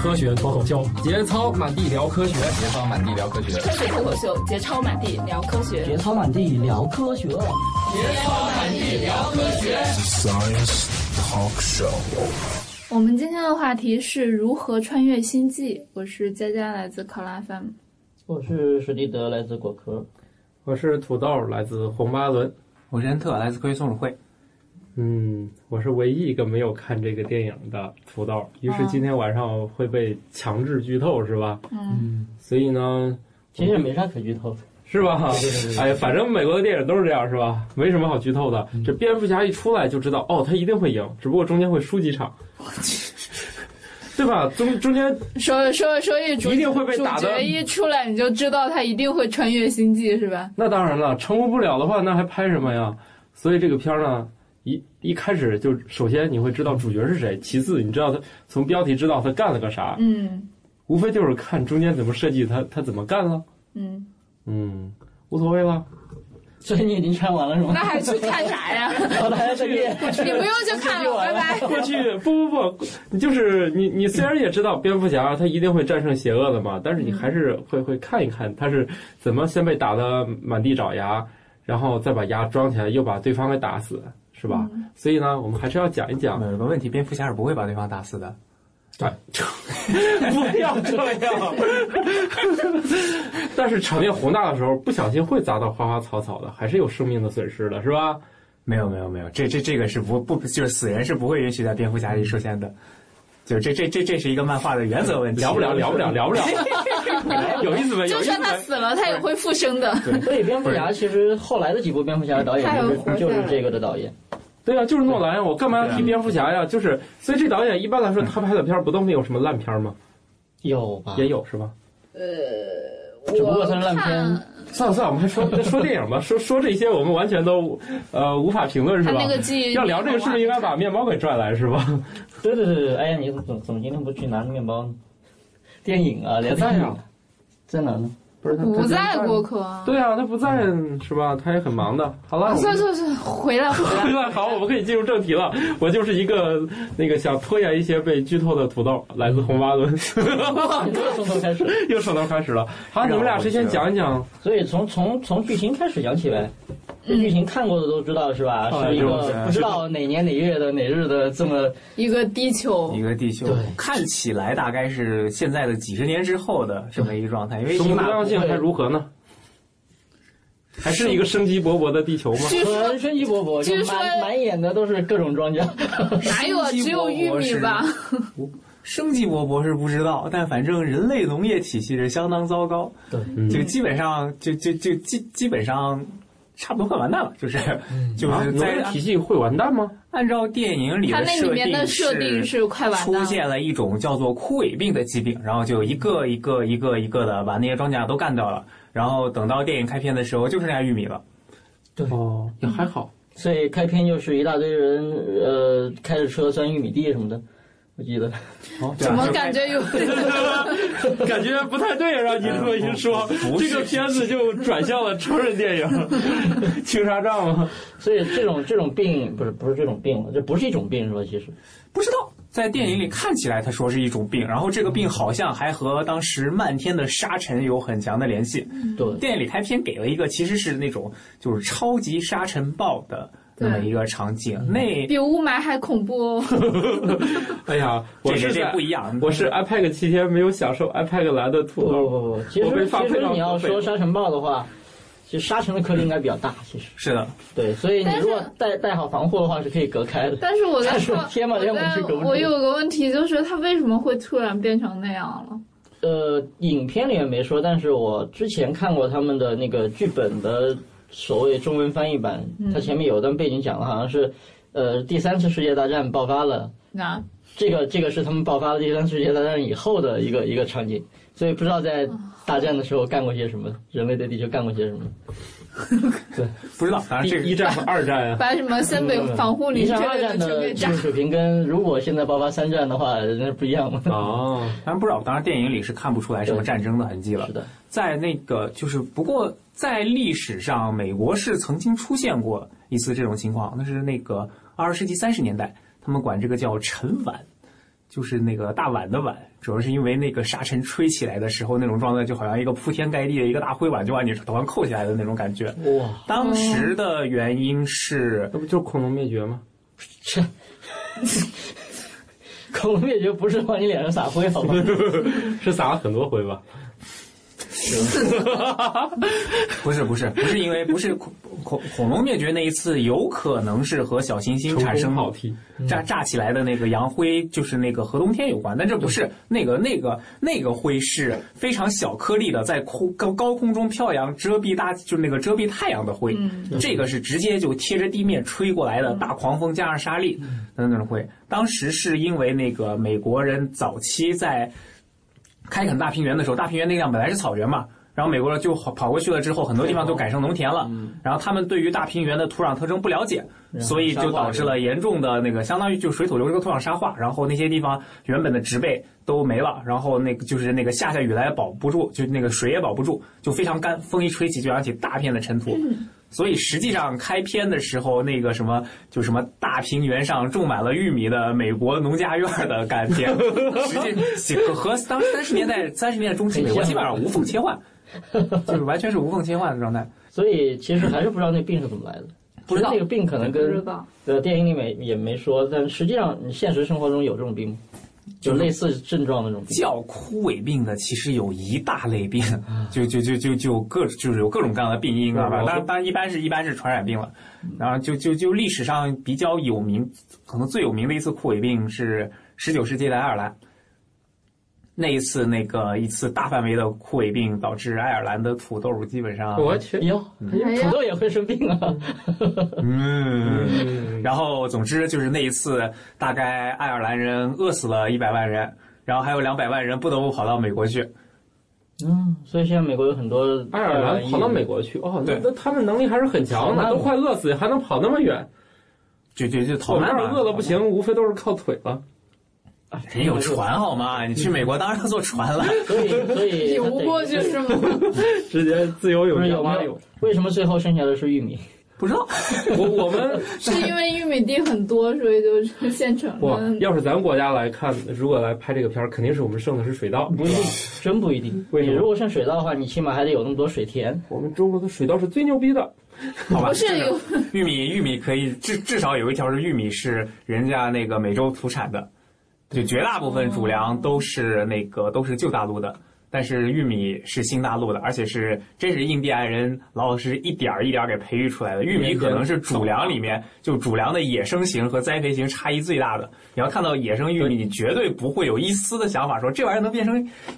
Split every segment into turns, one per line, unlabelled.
科学脱口秀，节操满地聊科学，
节操满地聊科学，
科学脱口秀，节操满地聊科学，
节操满地聊科学，
节操满地聊科学。
Science Talk Show。
我们今天的话题是如何穿越星际。我是佳佳，来自考拉 FM。
我是史蒂德，来自果壳。
我是土豆，来自红巴伦。
我是恩特，来自科学松鼠会。
嗯，我是唯一一个没有看这个电影的土豆，于是今天晚上会被强制剧透，是吧？
嗯。
所以呢，
其实也没啥可剧透 的，
是吧？
对对对
哎呀，反正美国的电影都是这样，是吧？没什么好剧透的。这蝙蝠侠一出来就知道，哦，他一定会赢，只不过中间会输几场，对吧？中中间
说着说着说一主
一定会被
主
打的
角一出来，你就知道他一定会穿越星际，是吧？
那当然了，成功不了的话，那还拍什么呀？所以这个片儿呢，一一开始就首先你会知道主角是谁，其次你知道他从标题知道他干了个啥，
嗯
无非就是看中间怎么设计他他怎么干了，
嗯，
嗯，无所谓了。
所以你已经穿完了是吗？
那还去看啥 呀？
好的，还再见。
你不用去看了，
啊
拜拜。
过去不不不，你 就是你你虽然也知道蝙蝠侠他一定会战胜邪恶的嘛，但是你还是会会看一看他是怎么先被打得满地找牙，然后再把牙装起来，又把对方给打死，是吧？所以呢，我们还是要讲一讲
有个问题，蝙蝠侠是不会把对方打死的。
对， 不要这样。 但是场面宏大的时候，不小心会砸到花花草草的，还是有生命的损失的，是吧？
没有没有没有，这这这个是不不就是死人是不会允许在蝙蝠侠里出现的，就这这这这是一个漫画的原则问题。
聊不了，聊不了，聊不了。 有意思没？有
就
意
算
思
他
没？
死了，他也会复生的。
所以蝙蝠侠其实后来的几部蝙蝠侠的导
太
演
有
就
活
是
儿
就是
了
这个的导演，
对啊，就是诺兰，我干嘛要提蝙蝠侠呀？就是，所以这导演一般来说，他拍的片儿不都没有什么烂片儿吗？
有吧？
也有是吧？
只不过
我
它是烂
看
片
算了算了，我们还说说电影吧， 说说这些我们完全都呃无法评论是
他
吧
那？个记忆，
要聊这个是不是应该把面包给拽来是吧？
对对对对，哎呀，你怎么怎么今天不去拿个面包呢？电影啊，连
在
载
呀
啊， 在哪呢？
不是他
不
他
在过客啊？
对啊，他不在
嗯
是吧？他也很忙的。好了，我
算
们
算算，回来回来。
那好，我们可以进入正题了。我就是一个那个想拖延一些被剧透的土豆，来自红巴伦，
又从头开始，
又从头开始了。好，你们俩谁先讲一讲？
所以从从从剧情开始讲起呗。这剧情看过的都知道是吧？
嗯
是一
对
个不知道哪年哪月的哪日的这么
一个地球
一，个地球
对
看起来大概是现在的几十年之后的这么一个状态，因为
生
起
物
码
多样性还如何呢？还是一个生机勃勃的地球吗？
据说
浑身一勃勃，
据
就
说
满满眼的都是各种庄稼。
哪有啊只有玉米吧？
生机勃勃是不知道，但反正人类农业体系是相当糟糕，
对，
就基本上就就就基基本上差不多快完蛋了，就是
嗯
就是
农业
在
啊体系会完蛋吗？
按照电影里
它
的
那里面的设定
是。
是快完
出
蛋了。
现了一种叫做枯萎病的疾病，然后就一个一个一个一个的把那些庄稼都干掉了，然后等到电影开篇的时候就剩下玉米了。
哦，也还好。
所以开篇就是一大堆人，呃，开着车钻玉米地什么的，我记得。
对
哦
怎
吧
么
就哎
感觉有？
感觉不太对，啊让你这么一说
嗯不，
这
是
个片子就转向了成人电 影，清啥账吗？
所以这种这种病不是不是这种病了，这不是一种病是吧？其实
不知道，在电影里看起来他说是一种病，然后这个病好像还和当时漫天的沙尘有很强的联系。
嗯
对，
电影里开篇给了一个其实是那种就是超级沙尘暴的那么一个场景，
嗯
那
比雾霾还恐怖哦！
哎呀，我
这
是
这这
在
不一样，
我是 iPad 期间没有享受 iPad 蓝的
不
土
不
豆，
不不，其
我被
实
发
其
配
实
到
你要
河北
说沙尘暴的话，其实沙尘的颗粒应该比较大，其实
是的，
对，所以你
但
如
是
果戴戴好防护的话是可以隔开的。
但是我在
但是
说，
天马
我
天马
在
是狗主
我有个问题，就是它为什么会突然变成那样了？
呃，影片里面没说，但是我之前看过他们的那个剧本的所谓中文翻译版，
嗯
它前面有一段背景讲的好像是，呃，第三次世界大战爆发了。
那
这个这个是他们爆发了第三次世界大战以后的一个一个场景，所以不知道在大战的时候干过些什么，人类对地球干过些什么。
不知道，反
一
正这个
一战和二战 啊，
把什么三北防护
一
林之
战二
类
战
的全
的
给
技
炸
术。水平跟如果现在爆发三战的话，那不一样嘛。
哦，
反正不知道，当然电影里是看不出来什么战争的痕迹了
是。的，
在那个就是，不过在历史上，美国是曾经出现过一次这种情况，那是那个二十世纪三十年代，他们管这个叫“尘晚”，就是那个大碗的碗，主要是因为那个沙尘吹起来的时候，那种状态就好像一个铺天盖地的一个大灰碗就往你头上扣起来的那种感觉。
哇，
当时的原因是，
那不就是恐龙灭绝 吗？
这恐龙灭绝不是往你脸上撒灰好吗？
是撒了很多回吧？
不是不是不是因为不是恐恐恐龙灭绝那一次，有可能是和小行星
成
产
功
生
好踢，
炸炸起来的那个洋灰，就是那个河东天有关，但这不是那个那个那个灰是非常小颗粒的，在空高高空中飘扬，遮蔽大就是那个遮蔽太阳的灰，这个是直接就贴着地面吹过来的大狂风加上沙粒的那种灰。当时是因为那个美国人早期在开垦大平原的时候，大平原那样本来是草原嘛。然后美国人就跑跑过去了之后，很多地方都改成农田了。然后他们对于大平原的土壤特征不了解，所以就导致了严重的那个，相当于就水土流这个土壤沙化，然后那些地方原本的植被都没了，然后那个就是那个下下雨来保不住，就那个水也保不住，就非常干，风一吹起就扬起大片的尘土。所以实际上开篇的时候，那个什么就什么大平原上种满了玉米的美国农家院儿的感觉， 实际和和当三十年代三十年代中期美国基本上无缝切换，就是完全是无缝切换的状态。
所以其实还是不知道那病是怎么来的。
不知道
其实那个病可能
不知
跟
道，
呃电影里面也没说，但实际上你现实生活中有这种病吗？就类似症状的那种病。
叫枯萎病的其实有一大类病， 就就就就就各就是有各种各样的病因啊，
嗯
当当然一般是一般是传染病了，然后就就就历史上比较有名，可能最有名的一次枯萎病是十九世纪的爱尔兰，那一次那个一次大范围的枯萎病导致爱尔兰的土豆基本上，
我去，
哟，
哎
土
呀，
豆也会生病啊！
嗯。
嗯，
然后，总之就是那一次，大概爱尔兰人饿死了一百万人，然后还有两百万人不得不跑到美国去。
嗯，所以现在美国有很多呃
爱尔兰
裔
跑到美国去，哦，那
对
那他们能力还是很强
跑
的，
那
都快饿死还能跑那么远。
就就就逃
我们
难
这
嘛
儿饿的不，行，无非都是靠腿了。
人有船好吗？你去美国当然要坐船了。
所以 所以
游过去是吗？
直接自由
不
泳
是
加
有没
蛙
有
泳。？
为什么最后剩下的是玉 米？
不知道，
我我 们
是因为玉米地很多，所以就是现成
哇，
的。
要是咱国家来看，如果来拍这个片儿，肯定是我们剩的是水稻。
不一定，真不一定。
为
你
什么
如果剩水稻的话，你起码还得有那么多水田。
我们中国的水稻是最牛逼的。
好吧，
不是有
玉米，玉米可以至至少有一条是玉米是人家那个美洲土产的，就绝大部分主粮都是那个都是旧大陆的，但是玉米是新大陆的，而且是真是印第安人老老实实一点儿一点儿给培育出来的。玉米可能是主粮里面就主粮的野生型和栽培型差异最大的。你要看到野生玉米，你绝对不会有一丝的想法说这玩意儿能变成，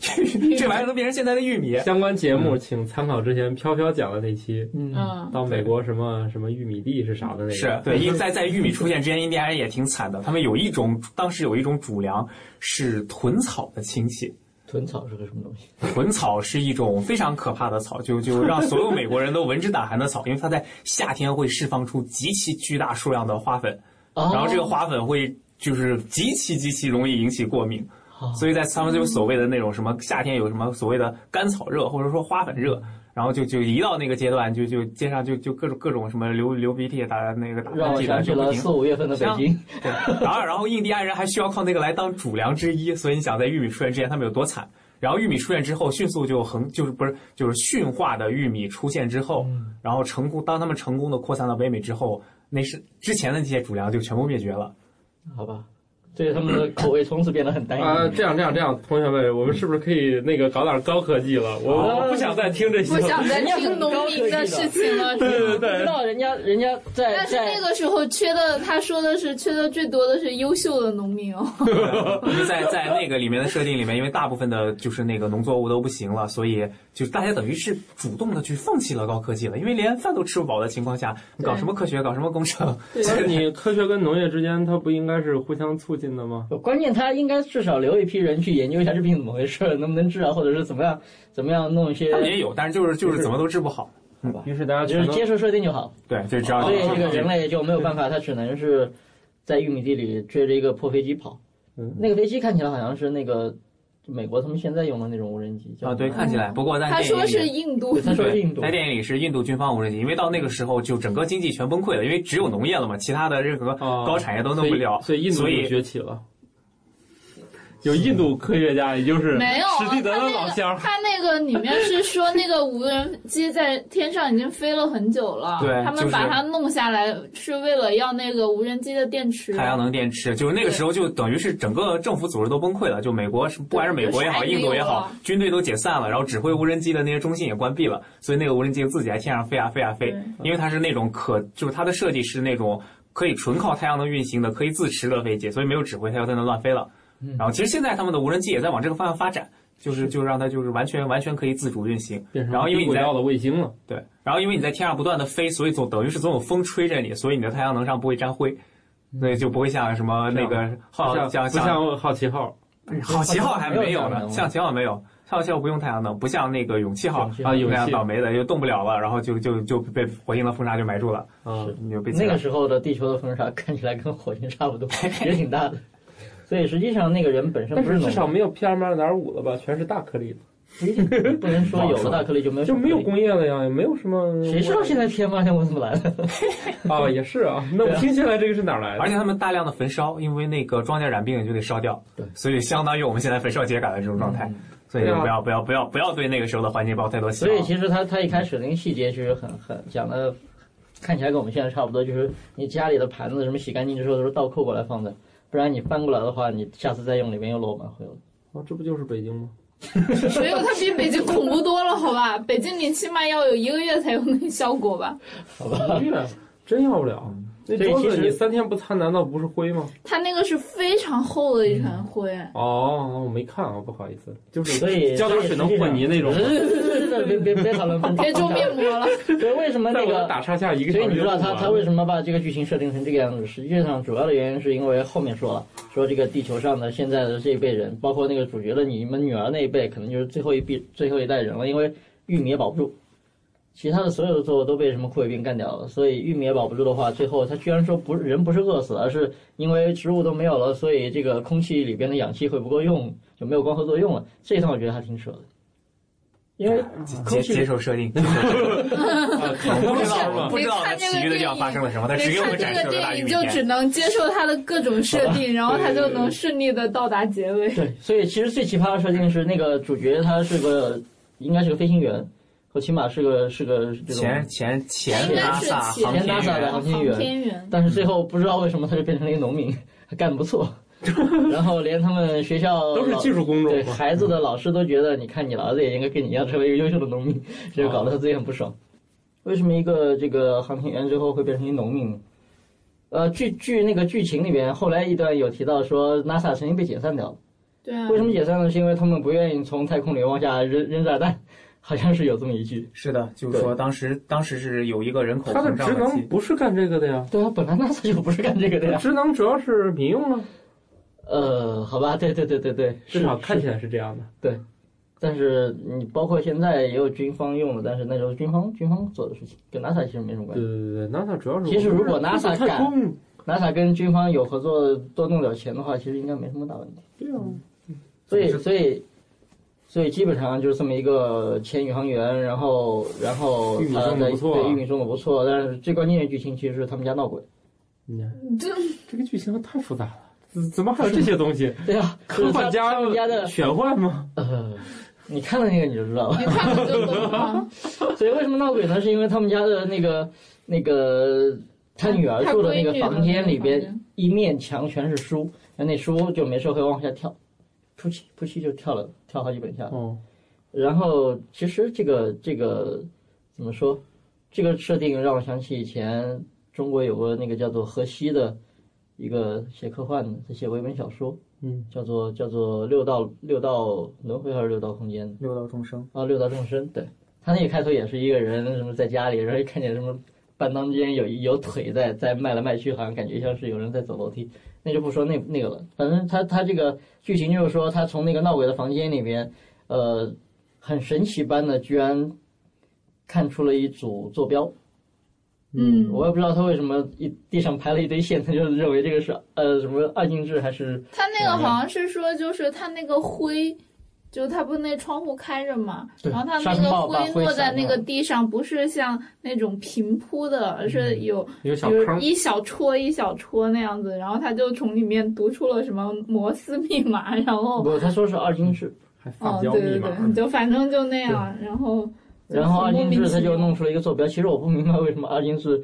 这玩意儿能变成现在的玉米。
相关节目
嗯
请参考之前飘飘讲的那期，
嗯，
到美国什么什么玉米地是啥的那个。
是对，因为在在玉米出现之前，印第安人也挺惨的。他们有一种当时有一种主粮是豚草的亲戚，
豚草是个什么东西？
豚草是一种非常可怕的草，就就让所有美国人都闻之胆寒的草，因为它在夏天会释放出极其巨大数量的花粉，
哦
然后这个花粉会就是极其极其容易引起过敏。
哦
所以在他们就所谓的那种什么夏天有什么所谓的甘草热或者说花粉热，然后就就一到那个阶段就就街上就就各种各种什么流流鼻涕打那个打喷
让我
嚏
想
的
起
就不
了
停
四。五月份的北京。
对，然后然后印第安人还需要靠那个来当主粮之一，所以你想在玉米出现之前他们有多惨？然后玉米出现之后，迅速就横就是不是就是驯化的玉米出现之后，然后成功当他们成功的扩散到北美之后，那是之前的那些主粮就全部灭绝了。
好吧，对他们的口味从此变得很单一。
啊，这样这样这样，同学们，我们是不是可以那个搞点高科技了？我
好
哦我不想再听这些
不
了。
想再听农民的事情了。
对对
不知
对，
道人家人家在
但是
在
那个时候缺的，他说的是缺的最多的是优秀的农民哦。
因为在在那个里面的设定里面，因为大部分的就是那个农作物都不行了，所以就是大家等于是主动的去放弃了高科技了，因为连饭都吃不饱的情况下，你搞什么科学，搞什么工程？
对
但是你科学跟农业之间，它不应该是互相促进的吗？
关键他应该至少留一批人去研究一下这病怎么回事，能不能治啊，或者是怎么样怎么样弄一些
他，们也有，但是就是就是怎么都治不好。
于是大家
就
全
是
都
接受设定就好。
对，就只要
哦
所以这个人类就没有办法，他只能是在玉米地里追着一个破飞机跑。
嗯
那个飞机看起来好像是那个美国他们现在用的那种无人机，叫
啊，对，看起来。不过在
嗯他
电影
说
里
是
面。
印度
对，，他说是
对
印，度
在。电影里是印度军方无人机，因为到那个时候就整个经济全崩溃了，因为 只有农业了嘛，其他的任何
哦
高产业都弄不了，
所以所以印度
所
就崛
以
起了。有印度科学家，也就是
没有啊，
史蒂德
他
的
那
老
个
乡。
他那个里面是说，那个无人机在天上已经飞了很久了，
对
他
就
们
是
把它弄下来是为了要那个无人机的电池。
太阳能电池，就是那个时候就等于是整个政府组织都崩溃了，就美国是不管是美国也好，
对
印度也
就啥也没有
好
了，
军队都解散了，然后指挥无人机的那些中心也关闭了，所以那个无人机自己在天上飞啊飞啊飞
对，
因为它是那种可就是它的设计是那种可以纯靠太阳能运行的，可以自持的飞机，所以没有指挥它就在那乱飞了。然后其实现在他们的无人机也在往这个方向发展，就是就让它就是完全完全可以自主运行，
变成
然后因为你
轨
在
道的卫星了，
对，然后因为你在天上不断的飞，所以总等于是总有风吹着你，所以你的太阳能上不会沾灰，
嗯
所以就不会像什么
啊
那个
不
好
像
像
不像好奇号
好奇号还没有呢，
没有太阳能
像奇号没有，好奇号不用太阳能，不像那个勇气号
勇气
啊，有
那样
戏
倒霉的就动不了了，然后就就就被火星的风沙就埋住了，
啊，
你就被
那个时候的地球的风沙看起来跟火星差不多，也挺大的。所以实际上那个人本身
但
不是
是
农
至少没有 PM 二点五了吧？全是大颗粒的，
不一定不能说有了大颗粒就没有
就没有
小颗
工业了呀，也没有什么。
粒谁知道现在 PM 二点五怎么来的？
啊？也是 啊，那我听起来这个是哪儿来的？
而且他们大量的焚烧，因为那个庄稼染病就得烧掉，
对嗯
所以相当于我们现在焚烧秸秆的这种状态，所以就
对啊
不要不要不要不要对那个时候的环境抱太多希
所
望。
以其实他他一开始那个细节其实很很讲的，看起来跟我们现在差不多，就是你家里的盘子什么洗干净之后都是倒扣过来放的，不然你翻过来的话，你下次再用里面又落满灰了。
啊，这不就是北京吗？
没有，它比北京恐怖多了，好吧？北京你起码要有一个月才有那个效果吧？
一个月啊真要不了。那
啊嗯所以
桌
其
子
实
你三天不擦，难道不是灰吗？
它那个是非常厚的一层灰，
嗯
哦，我没看啊，不好意思，就是
所以
胶条水能混泥那 种。
别别别讨论 分
别做面膜了。
所以为什么
在
那
我的
个
打岔下，一个
所
小
以
时
你知
就
道
录
他
完
他
了
为什么把这个剧情设定成这个样子？实际上主要的原因是因为后面说了，说这个地球上的现在的这一辈人，包括那个主角的你们女儿那一辈，可能就是最后一辈最后一代人了，因为玉米也保不住，其他的所有的作物都被什么枯萎病干掉了，所以玉米也保不住的话，最后他居然说不是人不是饿死，而是因为植物都没有了，所以这个空气里边的氧气会不够用，就没有光合作用了。这一段我觉得还挺扯的，因为
接
空气
接受设
啊
定，
我
我
不
不
知
知
道
道，
我
我
不
不
知
知
道
道
它
它
其
其
余
余的
的地
地
方
方
发
发
生
生
了
了什么，它只给
没
我们
看这
展示
个
了大
电
玉
影
米
就只
田。
能接受它的各种设定，然后它就能顺利的到达结尾。
对，所以其实最奇葩的设定是，那个主角他是个应该是个飞行员，或起码是个是个这种，
前前前
应该
拉
是
萨
前
航
拉
天
萨的
员
航
航
天员
天员，
但是最后不知道为什么他就变成了一个农民， 还干 不错，然后连他们学校
都是
老
技术工种
对
嘛。
孩子的老师都觉得，你看你的儿子也应该跟你一样成为一个优秀的农民， 这就搞得他自己很不爽。为什么一个这个航天员最后会变成一农民呢？呃，据据那个剧情里边，后来一段有提到说，NASA 曾经被解散掉了。
对啊
为，什么解散呢？是因为他们不愿意从太空里往下扔扔炸弹，好像是有这么一句。
是的，就是
对
说当时当时是有一个人口
他的
膨
职
胀的
能
期，
不是干这个的呀，
对啊，本来 NASA 就不是干这个的呀。
职能主要是民用啊，
呃，好吧，对对对对对，
至
是
少看
是
起来是这样的。
但是你包括现在也有军方用的，但是那时候军方军方做的事情跟 NASA 其实没什么关
对
系。
对对对，NASA 主要是
其实如果
不是
NASA
太
敢
空，
NASA 跟军方有合作，多弄点钱的话，其实应该没什么大问题。
对啊，
所以所以所以基本上就是这么一个前宇航员，然后然后
玉米
他
种得
的
不错啊
对玉米种的不错，但是最关键的剧情其实是他们家闹鬼。
你看
这
这个剧情太复杂了，怎怎么还有这些东 西？
对啊，
科幻
就是他
家
他们家的
玄幻 吗？
呃，你看了那个你就知道了。
你看了就懂了。
所以为什么闹鬼呢？是因为他们家的那个那个 他女儿
他
住的那
闺
个
女
房间里
的那个
边，
房
一面墙全是书，那那书就没事会往下跳，扑哧扑哧就跳了跳好几本下。
哦，
然后其实这个这个怎么说？这个设定让我想起以前中国有个那个叫做荷西的一个写科幻的，他写过一本小说，
嗯，
叫做叫做六道六道轮回还是六道空间的。
六道众生，
啊，六道众生，对，他那个开头也是一个人什么在家里，然后一看见什么半当间有有腿在在迈来迈去，好像感觉像是有人在走楼梯，那就不说那那个了。反正他他这个剧情就是说，他从那个闹鬼的房间里面，呃，很神奇般的居然看出了一组坐标，
嗯，
我也不知道他为什么一地上排了一堆线，他就认为这个是呃什么二进制还是
他那个好像是说，就是他那个灰就它不那窗户开着嘛，
对
然后它
沙
那
尘
个
暴把
灰
灰
落在
散
那
了
个地上，不是像那种平铺的，而是
嗯
有
一个小
比如
坑，
一小戳一小戳那样子，然后他就从里面读出了什么摩斯密码，然后
不，他说是二进制，
还发
哦，
胶
对
密
对
码，
对，就反正就那样，然后
然后二进制他
它
就弄出了一个坐标。其实我不明白为什么二进制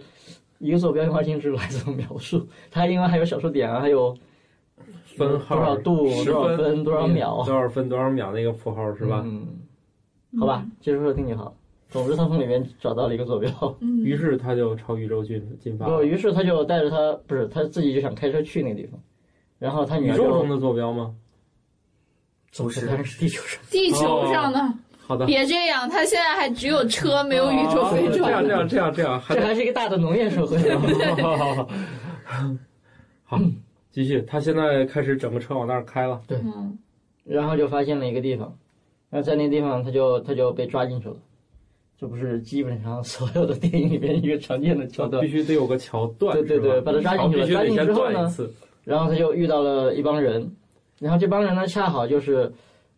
一个坐标用二进制来怎么描述，它应该还有小数点啊，还有
分号
多少度、
十
多少分、多少秒，啊
多少分多少秒那个符号是吧？
嗯，好吧，接着说听你好。总之，他从里面找到了一个坐标，
啊
嗯
于是他就朝宇宙进进发
然后
了。
于是他就带着他，不是他自己就想开车去那个地方，然后他女
宇
儿
宙中
就
的坐标吗？
总之他是地球上，
地
哦
球上的、
好的，啊
别这样，他现在还只有车没有宇宙飞
这样
船
这，样这样这样，还
这还是一个大的农业社 会。
好好好，好，继续。他现在开始整个车往那儿开了，
嗯，
然后就发现了一个地方，然后在那地方他就他就被抓进去了，这不是基本上所有的电影里面一个常见的桥段
必。须得有个桥段，
对对对
是吧
把他抓进去了
桥必须得先断一
抓
次，
然后他就遇到了一帮人，然后这帮人呢恰好就是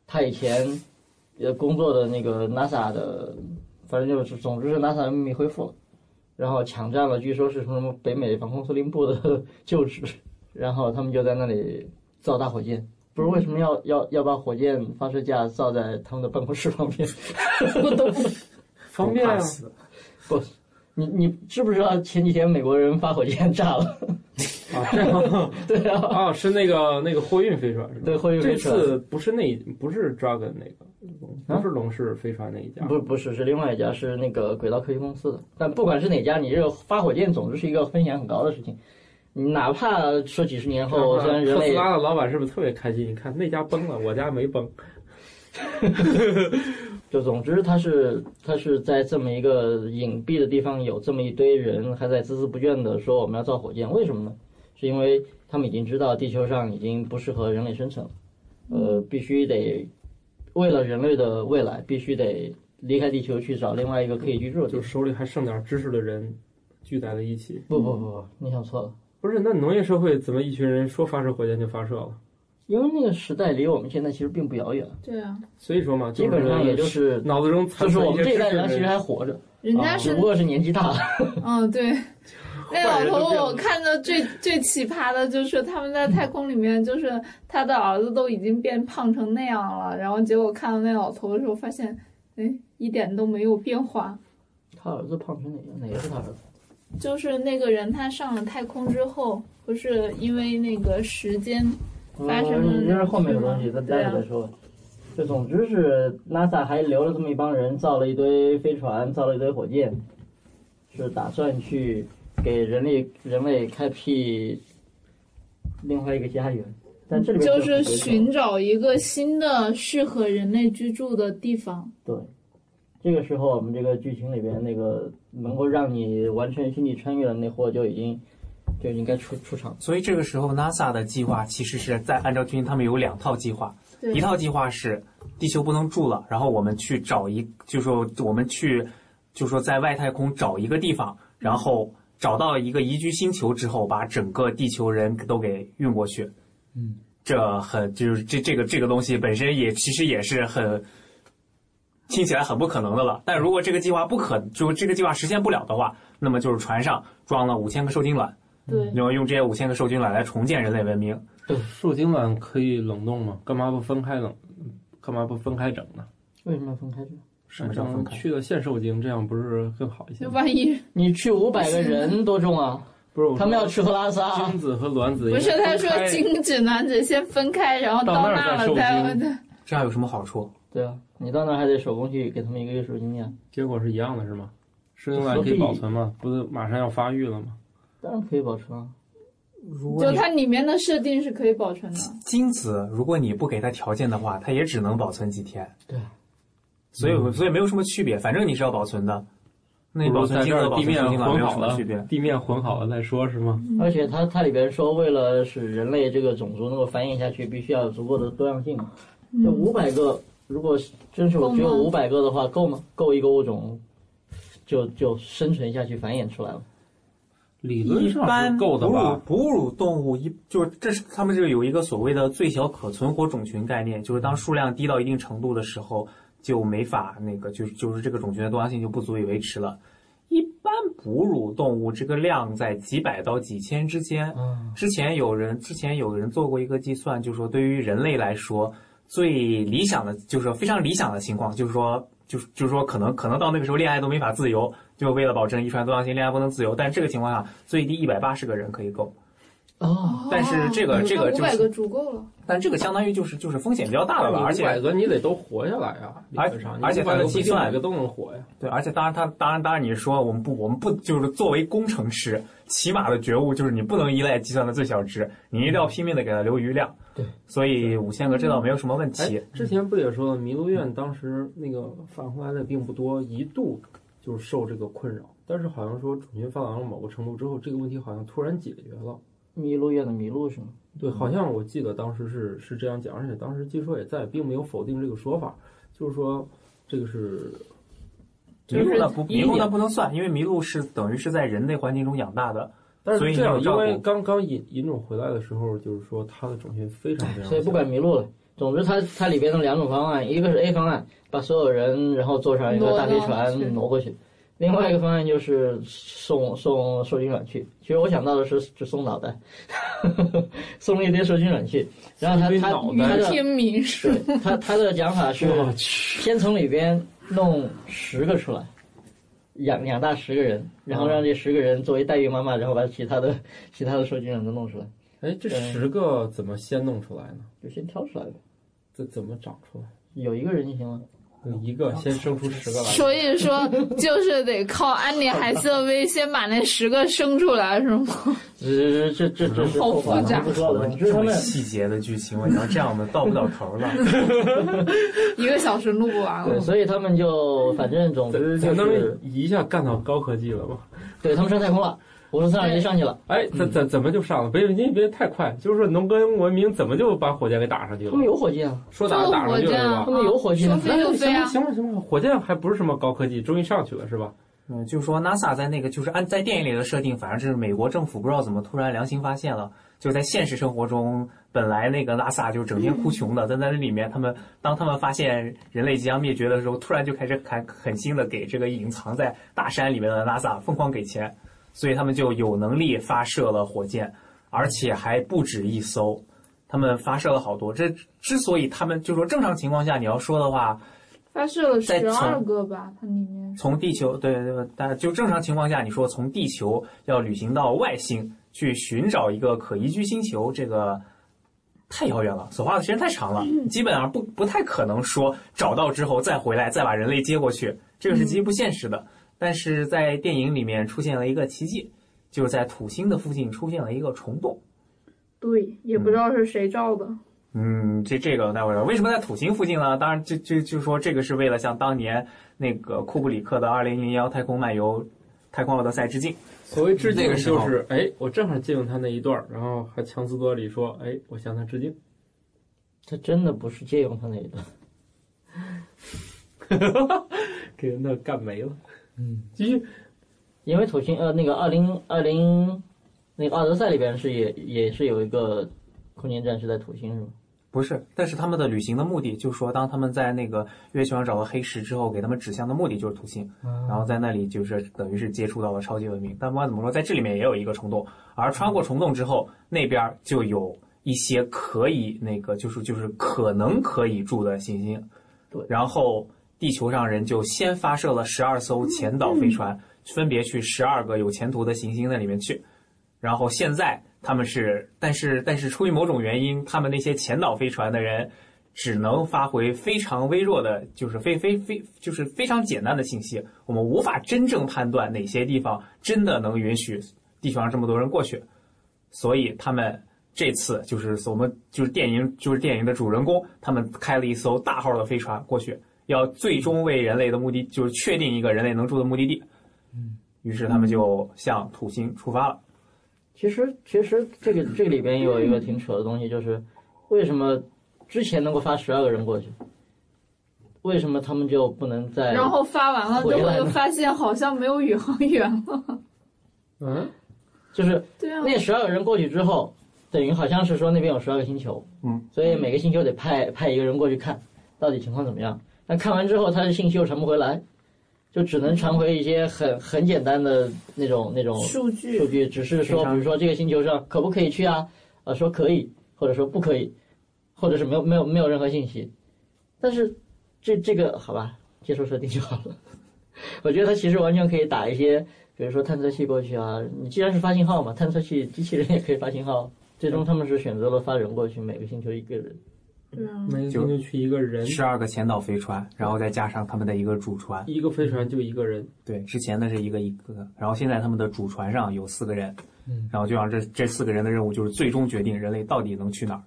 他以前呃工作的那个 NASA 的，反正就是总之是 NASA 的秘密恢复了，然后抢占了据说是什么北美防空司令部的 旧址，然后他们就在那里造大火箭。不是为什么要要要把火箭发射架造在他们的办公室旁边？
不懂，
方便啊
不怕。死
你你知不知道前几天美国人发火箭炸了？
啊，这样
对啊，
啊，是那个那个货运飞船是吧？
对货运飞船
这次不是那不是 Dragon 那个，
啊
不是龙氏飞船那一家，
不不是是另外一家，是那个轨道科技公司的。但不管是哪家，你这个发火箭总之是一个风险很高的事情。你哪怕说几十年后，虽然人
啊特斯
类
拉的老板是不是特别开心？你看那家崩了，我家没崩。
就总之它是它是在这么一个隐蔽的地方，有这么一堆人还在孜孜不倦的说我们要造火箭，为什么呢？是因为他们已经知道地球上已经不适合人类生存了，呃，必须得为了人类的未来，必须得离开地球去找另外一个可以居住的地
就
方。
手里还剩点知识的人聚在了一起。
不不不不，你想错了。
不是，那农业社会怎么一群人说发射火箭就发射了？
因为那个时代离我们现在其实并不遥远，
对啊，
所以说嘛，
基本上也就是
脑子中残
就是
存
我
一
们
些
这一代
知识
人
的
其实
人。
还活着，
人
哦
家
只
是
不过是年纪大了。
嗯，对。那老
人都变了
头，我看到 最最奇葩的就是他们在太空里面，就是他的儿子都已经变胖成那样了，然后结果看到那老头的时候，发现，哎，一点都没有变化。
他儿子胖成哪样？哪个是他儿子？
就是那个人他上了太空之后，不是因为那个时间，发生啊了
嗯这是后面的东西，
是吗
咱待会儿再说吧。就总之是 NASA 还留了这么一帮人，造了一堆飞船，造了一堆火箭，是打算去给人类人类开辟另外一个家园。但这里面
就是
有很多
寻找一个新的适合人类居住的地方。
对，这个时候我们这个剧情里边那个能够让你完全心理穿越的那货就已经就应该出出场。
所以这个时候，NASA 的计划其实是在按照军，他们有两套计划，
对
一套计划是地球不能住了，然后我们去找一，就说我们去，就说在外太空找一个地方，然后找到一个宜居星球之后，把整个地球人都给运过去。嗯，这很就是这这个这个东西本身也其实也是很。听起来很不可能的了，但如果这个计划不可，就这个计划实现不了的话，那么就是船上装了五千个受精卵，
对，
嗯
然后用这些五千个受精卵来重建人类文明。
受精卵可以冷冻吗？干嘛不分开冷？干嘛不分开整呢？
为什么要分开这？
什么叫分开
去了现受精，这样不是更好一些
就
吗？
万一
你去五百个人多重啊？
不是，我说
他们要吃啊喝拉撒
精，子和卵子
不是
应该分
他说
开
精子卵子先分开，然后
到那
到
儿
那
再
了
受
再
精
再
这样有什么好处？
对啊，你到那儿还得手工去给他们一个月受精验，
结果是一样的，是吗？受精卵
何
可
必
以保存吗？不是马上要发育了吗？
当然可以保存啊。
如果
就
你
它里面的设定是可以保存的。
精子，如果你不给它条件的话，它也只能保存几天。
对，
所以所以没有什么区别，反正你是要保存的。那你
嗯不
保
如
存
在
精
这儿
子和保
地
存
面
受精卵
混
没有
好
什么
了
区别，。
地面混好了再说，是吗？
而且它它里边说，为了使人类这个种族能够繁衍下去，必须要有足够的多样性嘛。这
嗯，
五百个，如果真是我只有
够吗
五百个的话，够吗？够一个物种就就生存下去繁衍出来了。
理论
一
上
般
是
哺
够的
乳
吧？
哺乳动物一就是这是他们这个有一个所谓的最小可存活种群概念，就是当数量低到一定程度的时候，就没法那个就是就是这个种群的多样性就不足以维持了。一般哺乳动物这个量在几百到几千之间，
嗯，
之前有人之前有人做过一个计算，就是说对于人类来说，最理想的就是说非常理想的情况，就是说就是就是说可能可能到那个时候恋爱都没法自由，就为了保证遗传多样性，恋爱不能自由。但这个情况下，最低一百八十个人可以够，
哦，
但是这个这个
五
就
百
是
个足够了。
但这个相当于就是就是风险比较大了吧，而
五百
且
个你得都活下来啊，理论上，
而且它的计算
每个都能活呀。
对，而且当然他当然当然你说我们不我们不就是作为工程师，起码的觉悟就是你不能依赖计算的最小值，你一定要拼命的给它留余量。
嗯对，
所以五千个这倒没有什么问题
哎。，之前不也说了，麋鹿苑当时那个返回来的并不多，一度就是受这个困扰。但是好像说种群发展到某个程度之后，这个问题好像突然解决了。
麋鹿院的麋鹿是吗？
对，好像我记得当时是是这样讲，而且当时据说也在，并没有否定这个说法，就是说这个是
麋鹿呢不
哎一
麋鹿呢
年
不能算，因为麋鹿是等于是在人类环境中养大的，
但
所以
是这
你
样，
有照
因
顾
为刚刚引引种回来的时候，就是说它的种群非常非常小，
所以不管麋鹿了。总之它，它里边的两种方案，一个是 A 方案，把所有人然后坐上一个大飞
挪过去
船挪过去；另外一个方案就是送送受精卵去。其实我想到的是就送脑袋， 送了一堆受精卵去。然后
送一堆
它
脑
于
袋嗯
它它的
天民说，
对它它的讲法是
我去，
先从里边弄十个出来，养养大十个人，然后让这十个人作为代孕妈妈，然后把其他的其他的受精卵都弄出来，
哎，这
嗯
十个怎么先弄出来呢？
就先挑出来呗。
这怎么长出来？
有一个人就行了。
一个先生出十个来，
所以说就是得靠安妮海瑟薇先把那十个生出来，是吗？
这这这这是
好
后话
复杂
不说
这
了。
么
反
这
正他
么
们
细节的剧情，我讲这样我们到不了头 了。
一个小时录不完
对，
了。
所以他们就反正总之就
咱
是
能一下干到高科技了吗？
对他们上太空了，我说三二一上去了，
哎，怎怎怎么就上了？别您别太快，就是说农耕文明怎么就把火箭给打上去
他
了
们？有火箭啊，
说打就打上去了是吧
他？们有火箭
说
啊，
飞就飞
哎
啊！
行吧行吧行吧，火箭还不是什么高科技，终于上去了是吧？
嗯，就说 NASA 在那个就是按在电影里的设定，反正是美国政府不知道怎么突然良心发现了，就在现实生活中，本来那个 NASA 就整天哭穷的，但在那里面，他们当他们发现人类即将灭绝的时候，突然就开始狠狠心的给这个隐藏在大山里面的 NASA 疯狂给钱，所以他们就有能力发射了火箭，而且还不止一艘，他们发射了好多。这之所以他们就说正常情况下，你要说的话，
发射了
在
十二
从
个吧，它里面
从地球对对，对但就正常情况下，你说从地球要旅行到外星去寻找一个可宜居星球，这个太遥远了，所花的时间太长了，基本上不不太可能说找到之后再回来再把人类接过去，这个是极不现实的。但是在电影里面出现了一个奇迹，就是在土星的附近出现了一个虫洞。
对，也不知道是谁造的。
嗯，这这个待会儿为什么在土星附近呢？当然就，就就说这个是为了向当年那个库布里克的《二零零幺太空漫游》《太空奥德赛》致敬。
所谓致
那
敬
个时候
就是，哎，我正好借用他那一段儿，然后还强词夺理说，哎，我向他致敬。
他真的不是借用他那一段，
给人的干没了。嗯， 继续。
因为土星呃那个二零二零那个奥德赛里边是也也是有一个空间站是在土星是吗？
不是，但是他们的旅行的目的，就是说，当他们在那个月球上找到黑石之后，给他们指向的目的就是土星，然后在那里就是等于是接触到了超级文明。但不管怎么说，在这里面也有一个虫洞，而穿过虫洞之后，那边儿就有一些可以那个就是就是可能可以住的行星，
对
然后地球上人就先发射了十二艘前导飞船，分别去十二个有前途的行星那里面去。然后现在他们是，但是但是出于某种原因，他们那些前导飞船的人只能发回非常微弱的，就是非非非就是非常简单的信息，我们无法真正判断哪些地方真的能允许地球上这么多人过去，所以他们。这次就是我们就是电影就是电影的主人公，他们开了一艘大号的飞船过去，要最终为人类的目的就是确定一个人类能住的目的地。于是他们就向土星出发了。
其实，其实这个这个里边有一个挺扯的东西，就是为什么之前能够发十二个人过去，为什么他们就不能在？
然后发完了之
回来
后，
了
就发现好像没有宇航员了。
嗯，
就是
对啊，
那十二个人过去之后，等于好像是说那边有十二个星球，
嗯，
所以每个星球得派派一个人过去看，到底情况怎么样。但看完之后，他的信息又传不回来，就只能传回一些很很简单的那种那种
数据
数据，只是
非
说，
常
比如说这个星球上可不可以去啊？呃，说可以，或者说不可以，或者是没有没有没有任何信息。但是这这个好吧，接受设定就好了。 我觉得它其实完全可以打一些，比如说探测器过去啊。你既然是发信号嘛，探测器机器人也可以发信号。最终他们是选择了发人过去，每个星球一个人。
对啊，
每天就去一个人，
十二个前导飞船，然后再加上他们的一个主船，
一个飞船就一个人，
对，之前的是一个一个的，然后现在他们的主船上有四个人，嗯，然后就让这这四个人的任务就是最终决定人类到底能去哪儿。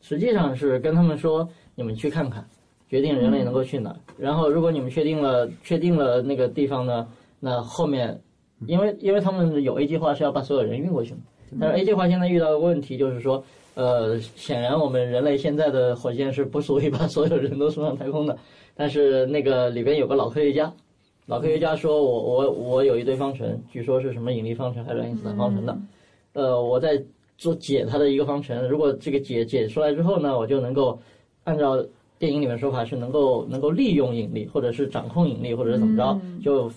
实际上是跟他们说，你们去看看，决定人类能够去哪儿。然后，如果你们确定了确定了那个地方呢，那后面，因为因为他们有 A 计划是要把所有人运过去嘛，但是 A 计划现在遇到的问题就是说，呃，显然我们人类现在的火箭是不足以把所有人都送上太空的。但是那个里边有个老科学家，老科学家说我我我有一堆方程，据说是什么引力方程还是爱因斯坦方程的，呃，我在做解它的一个方程，如果这个解解出来之后呢，我就能够按照电影里面说法是能够能够利用引力，或者是掌控引力，或者是怎么着，就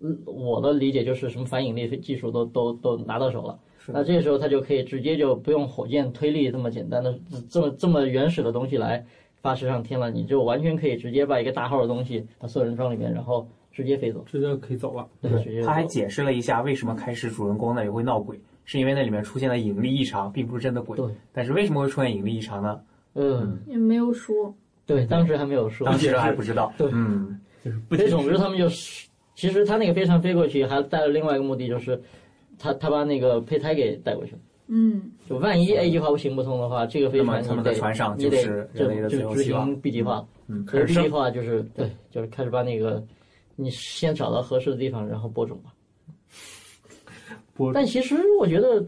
嗯我的理解就是什么反引力技术都都都拿到手了。
呃
那这个时候他就可以直接就不用火箭推力这么简单的这么这么原始的东西来发射上天了，你就完全可以直接把一个大号的东西把所有人装里面，然后直接飞走。
直接可以走了。
对，直接
他还
走
解释了一下为什么开始主人公那里会闹鬼，是因为那里面出现了引力异常，并不是真的鬼
对。
但是为什么会出现引力异常呢？
嗯，
也没有说，
对，当时还没有说。
当时还不知道。
对
嗯，
就是不
所以总之他们就是，其实他那个飞船飞过去还带了另外一个目的，就是他他把那个胚胎给带过去了。
嗯，
就万一 A 计划行不通的话，这个飞
那
船
么
你
他们
得
的船上
你
就
得
是
就
人类的最
就
后
执
希望
行 B 计划。
嗯，
所以 B
生
计划就是对，就是开始把那个你先找到合适的地方，然后 播种吧。
播
但其实我觉得，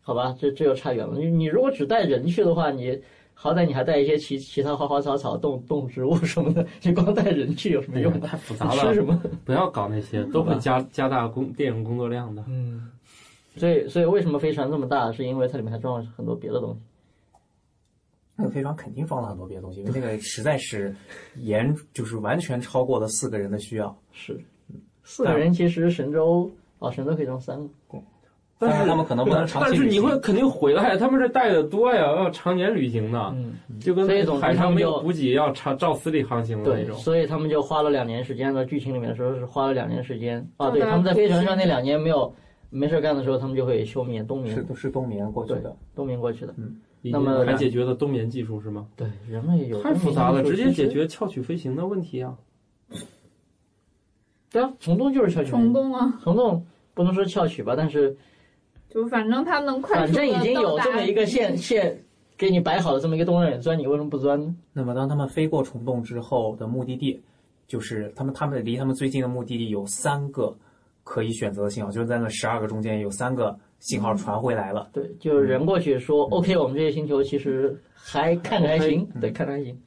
好吧，这这又差远了。你你如果只带人去的话，你好歹你还带一些其其他花花草草、动动植物什么的，你光带人去有什么
没有
用啊？
太复杂
你吃
了，
什么？
不要搞那些，都会加加大工电影工作量的。
嗯，所以所以为什么飞船这么大，是因为它里面还装了很多别的东西。
那个飞船肯定装了很多别的东西，因为那个实在是严，就是完全超过了四个人的需要。
是，四个人其实神州哦，神州可以装三个。
但
但
是
是
他们可能不能长
但
期
是
旅
你
行
会肯定回来，他们这带的多呀，要常年旅行的，
嗯，
就跟
所以总之
海
他
上
们
没
就
有补给，要常照死里航行的嗯那
对，
种。
所以他们就花了两年时间，按照剧情里面说是花了两年时间啊。
到
对，
达
他们在
北
飞船上那
京
两年没有没事干的时候，他们就会休眠、冬
是
眠，
是冬眠过去的，
冬眠过去的。
已
那
经
么
还解决了冬眠技术是吗？
对，人类有
太复杂了，直接解
决。
决翘曲飞行的问题啊！
对啊，虫洞就是翘曲飞
虫
行，
洞啊，
虫洞不能说翘曲吧，但是
就反正它能快
反
速
正
地
已经
到
有
达
这么一个线线给你摆好了这么一个洞让你钻，你为什么不钻呢？
那么当他们飞过虫洞之后的目的地，就是他们他们离他们最近的目的地有三个可以选择的信号，就是在那十二个中间有三个信号传回来了。
对，就是人过去说、o
嗯
k 我们这些星球其实还看着还行，对，看着还行。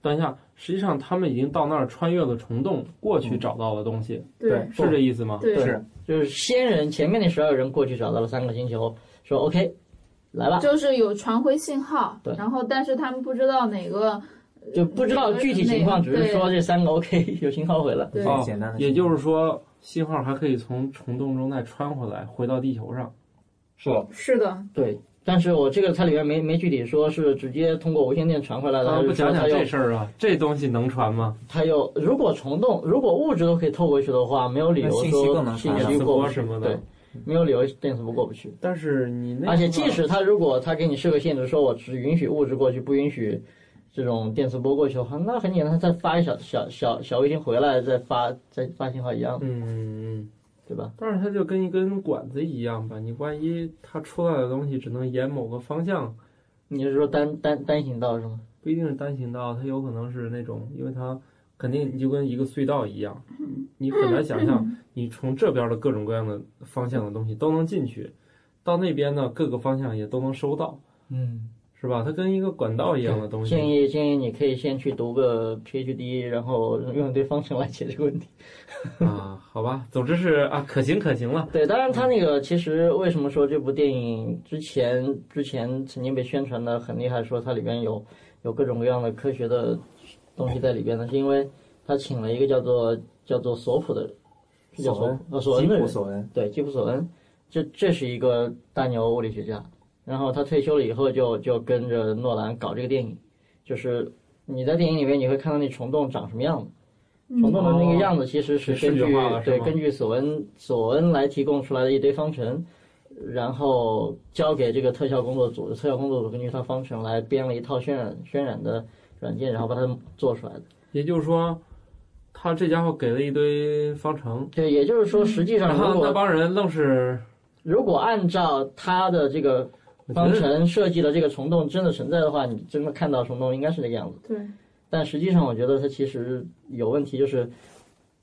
等一下，实际上他们已经到那儿穿越了虫洞，过
嗯
去找到了东西，
嗯对
是这意思吗？
对，
是
就是先人前面那十二人过去找到了三个星球，说 OK，来吧，
就是有传回信号
对，
然后但是他们不知道哪个
就不知道具体情况，只是说这三个 OK 有信号回来。
对
最简
哦
单的信号，
也就是说，信号还可以从虫洞中再穿回来，回到地球上。
是
是的，
对，但是我这个它里面没没具体说是直接通过无线电传回来的，
啊，
还
不
呃是说
讲
它
讲
又
这事儿啊，这东西能传吗？
它又如果虫洞如果物质都可以透过去的话，没有理由
那信息更
说
能
信
传
息
啊
电磁
过
波
不去
什么的
对，没有理由电磁波过不去。
但是你那个
而且即使他如果他给你设个限制，说我只允许物质过去，不允许这种电磁波过去的话，那很简单，他再发一小小小小卫星回来，再发再发信号一样，
嗯，
对吧？
但是它就跟一根管子一样吧，你万一它出来的东西只能沿某个方向，
你是说单单单行道是吗？
不一定是单行道，它有可能是那种，因为它肯定你就跟一个隧道一样，你很难想象你从这边的各种各样的方向的东西都能进去，到那边呢各个方向也都能收到，
嗯，
是吧？它跟一个管道一样的东西。
建议建议你可以先去读个 PhD，然后用一堆方程来解决问题。
啊，好吧，总之是啊，可行可行了。
对，当然他那个其实为什么说这部电影之前之前曾经被宣传的很厉害，说它里边有有各种各样的科学的东西在里边呢？是因为他请了一个叫做叫做索普的人，是叫
索
索
恩
恩，呃，索
吉
恩的
普
人，
索恩，
对，基普索恩，这这是一个大牛物理学家，然后他退休了以后就就跟着诺兰搞这个电影，就是你在电影里面你会看到那虫洞长什么样子，虫洞的那个样子其实是
视
根据、
觉化哦了是
对
吗
根据索恩索恩来提供出来的一堆方程，然后交给这个特效工作组，特效工作组根据它方程来编了一套渲染渲染的软件，然后把它做出来的。
也就是说，他这家伙给了一堆方程，
对，也就是说实际
嗯
上
然
如
后那
果
帮人愣是
如果按照它的这个
我觉
方
得
程设计的这个虫洞真的存在的话，你真的看到虫洞应该是那个样子。
对，
但实际上，我觉得它其实有问题，就是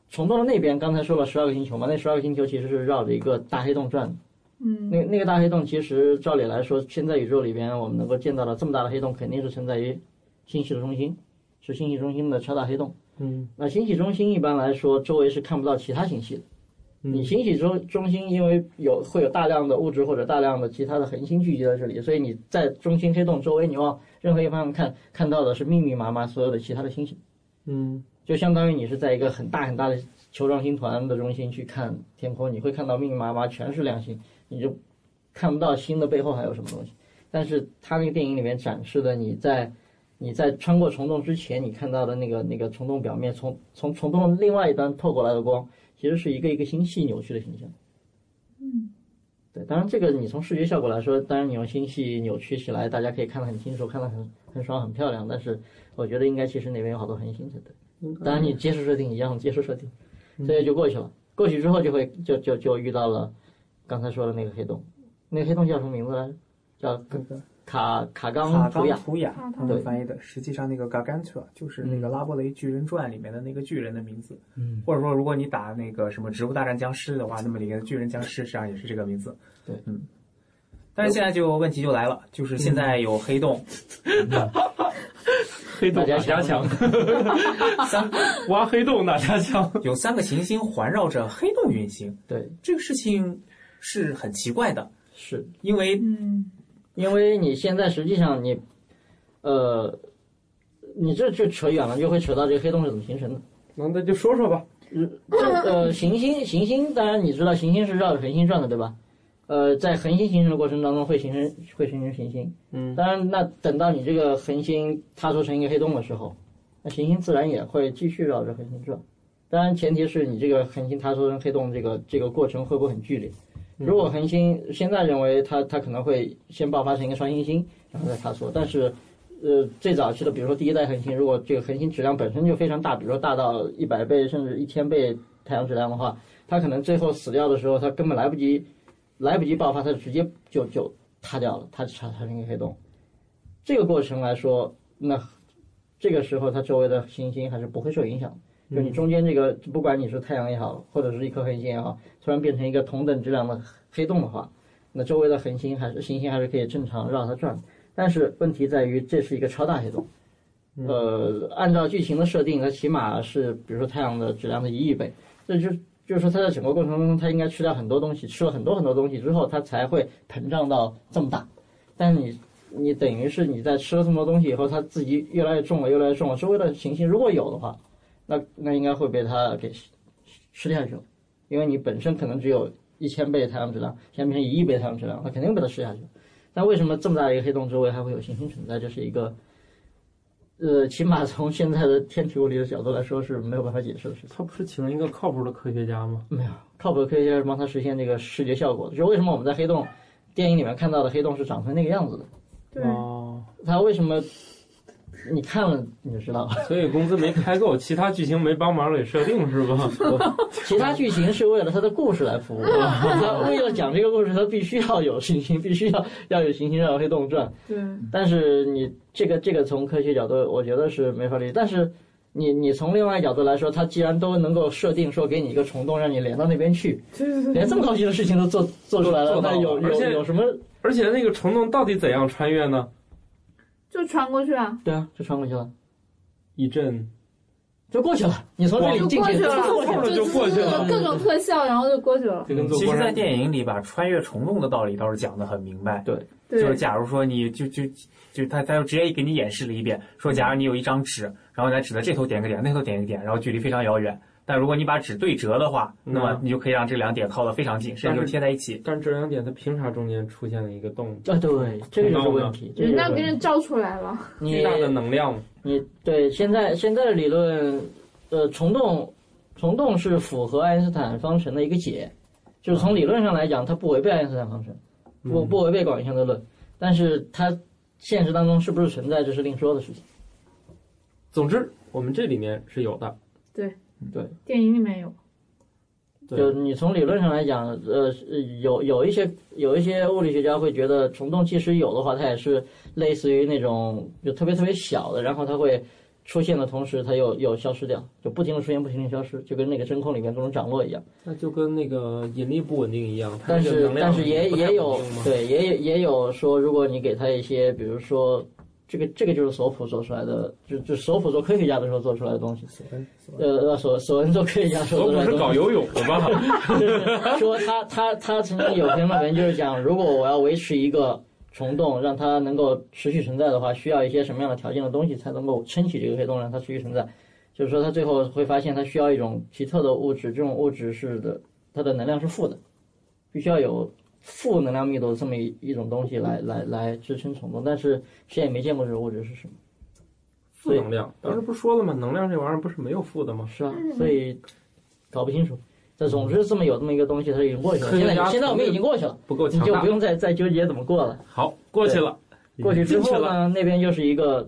虫洞的那边，刚才说了十二个星球嘛，那十二个星球其实是绕着一个大黑洞转的。
嗯
那那个大黑洞，其实照理来说，现在宇宙里边我们能够见到的这么大的黑洞，肯定是存在于星系的中心，是星系中心的超大黑洞。
嗯，
那星系中心一般来说，周围是看不到其他星系的。
嗯
你星系中中心因为有会有大量的物质或者大量的其他的恒星聚集在这里，所以你在中心黑洞周围，你往任何一方向看，看到的是密密麻麻所有的其他的星星，
嗯
就相当于你是在一个很大很大的球状星团的中心去看天空，你会看到密密麻麻全是亮星，你就看不到星的背后还有什么东西。但是他那个电影里面展示的，你在你在穿过虫洞之前，你看到的那个那个虫洞表面从从虫洞的另外一端透过来的光，其实是一个一个星系扭曲的形象。
嗯，
对，当然这个你从视觉效果来说，当然你用星系扭曲起来，大家可以看得很清楚，看得很很爽，很漂亮。但是我觉得应该其实那边有好多恒星才对。
嗯
当然你接触设定一样，接触设定，所以就过去了。过去之后就会就就就遇到了刚才说的那个黑洞，那个黑洞叫什么名字来着？叫
那个
卡卡
卡
冈图
冈
亚。
图雅
卡冈
他们翻译的，实际上那个 Gargantua 就是那个拉伯雷巨人传里面的那个巨人的名字，
嗯，
或者说如果你打那个什么植物大战僵尸的话，那么里面的巨人僵尸实际上也是这个名字，
对，
嗯。但是现在就问题就来了，就是现在有黑洞，
黑洞哪家强？
三
挖黑洞哪家强？
有三个行星环绕着黑洞运行，
嗯对，
这个事情是很奇怪的，
是
因为
嗯
因为你现在实际上你，呃，你这就扯远了，就会扯到这个黑洞是怎么形成的。
那那就说说吧。
这呃，行星行星，当然你知道行星是绕着恒星转的，对吧？呃，在恒星形成的过程当中会形成会形成行星。
嗯，
当然，那等到你这个恒星塌缩成一个黑洞的时候，那行星自然也会继续绕着恒星转。当然，前提是你这个恒星塌缩成黑洞这个这个过程会不会很剧烈？如果恒星现在认为它它可能会先爆发成一个双行星，然后再塌缩，但是。呃，最早期的，比如说第一代恒星，如果这个恒星质量本身就非常大，比如说大到一百倍甚至一千倍太阳质量的话，它可能最后死掉的时候，它根本来不及来不及爆发，它就直接就就塌掉了，它它它成一个黑洞。这个过程来说，那这个时候它周围的行星还是不会受影响的。就你中间这个，不管你是太阳也好，或者是一颗恒星也好，突然变成一个同等质量的黑洞的话，那周围的恒星还是行星还是可以正常绕它转。但是问题在于，这是一个超大黑洞。呃，按照剧情的设定，它起码是比如说太阳的质量的一亿倍，这就就是说它在整个过程中，它应该吃掉很多东西，吃了很多很多东西之后，它才会膨胀到这么大。但是你你等于是你在吃了这么多东西以后，它自己越来越重了，越来越重了。周围的行星如果有的话，那那应该会被它给吃吃下去了，因为你本身可能只有一千倍太阳质量，现在变成一亿倍太阳质量，它肯定被它吃下去了。但为什么这么大一个黑洞周围还会有行星存在？这是一个，呃，起码从现在的天体物理的角度来说是没有办法解释的事情。
他不是请了一个靠谱的科学家吗？
没有靠谱的科学家是帮他实现这个视觉效果的，就是为什么我们在黑洞电影里面看到的黑洞是长成那个样子的。
对，
哦，
他为什么？你看了你就知道了。
所以工资没开够，其他剧情没帮忙给设定是吧？
其他剧情是为了他的故事来服务， 他为了讲这个故事，他必须要有行星， 必须要要有行星绕黑洞转。
对，
但是你这个这个从科学角度，我觉得是没法理解。但是你你从另外角度来说，他既然都能够设定说给你一个虫洞，让你连到那边去，
嗯
连这么高级的事情都做做出来了
做，到
那
了
有
而
有
且
有什么？
而且那个虫洞到底怎样穿越呢？
就穿过去啊，
对啊，就穿过去了，
一阵
就过去了。哦你从这里
就
进
过
去
去了，
过去了。
就过去了
就各种特效，然后就过去了。
就跟坐
其
过
实，在
山车，
电影里把穿越虫洞的道理倒是讲的很明白。
对，
对，
就是假如说你就就就他他就直接给你演示了一遍，说假如你有一张纸，然后咱指的这头点一个点，那头点一个点，然后距离非常遥远。但如果你把纸对折的话，
嗯
那么你就可以让这两点靠得非常近，甚至就贴在一起。
但是这两点它凭啥中间出现了一个洞？
啊，对，这个就是问题。这个
人
就
家
是问
给
题
人照出来了，
你
巨大的能量，
你对现在现在的理论，呃，虫洞虫洞是符合爱因斯坦方程的一个解，就是从理论上来讲，它不违背爱因斯坦方程，不
嗯
不违背广义相对论，但是它现实当中是不是存在，这是另说的事情。
总之，我们这里面是有的。
电影里面有。
对
就你从理论上来讲，呃，是有有一些有一些物理学家会觉得虫洞即使有的话，它也是类似于那种就特别特别小的，然后它会出现的同时，它又又消失掉，就不停的出现，不停的消失，就跟那个真空里面各种掌握一样。
那就跟那个引力不稳定一样，它
但
那个
是
能量
但是也
不太稳
也有
定吗
对也有也有说，如果你给他一些，比如说这个这个就是索普做出来的，就就索普做科学家的时候做出来的东西。呃呃，索索恩做科学家的时候
我
做
不是
出来的东
搞
西，
游泳的吧？
就是说他他他曾经有篇论文就是讲，如果我要维持一个虫洞，让它能够持续存在的话，需要一些什么样的条件的东西才能够撑起这个黑洞，让它持续存在。就是说，他最后会发现，它需要一种奇特的物质，这种物质是的，它的能量是负的，必须要有负能量密度这么一一种东西来来来支撑虫洞。但是谁也没见过这种物质是什么，
负能量，当时不是说了吗？能量这玩意儿不是没有负的吗？
是啊，所以搞不清楚。但总之，这么有这么一个东西，它已经过去了。
科学
现
家
在现在我们已经过去了，
不够
你
强
就
大
不。用再再纠结怎么过了。
好，过去了，
过去之
进
后
了，
呢，那边就是一个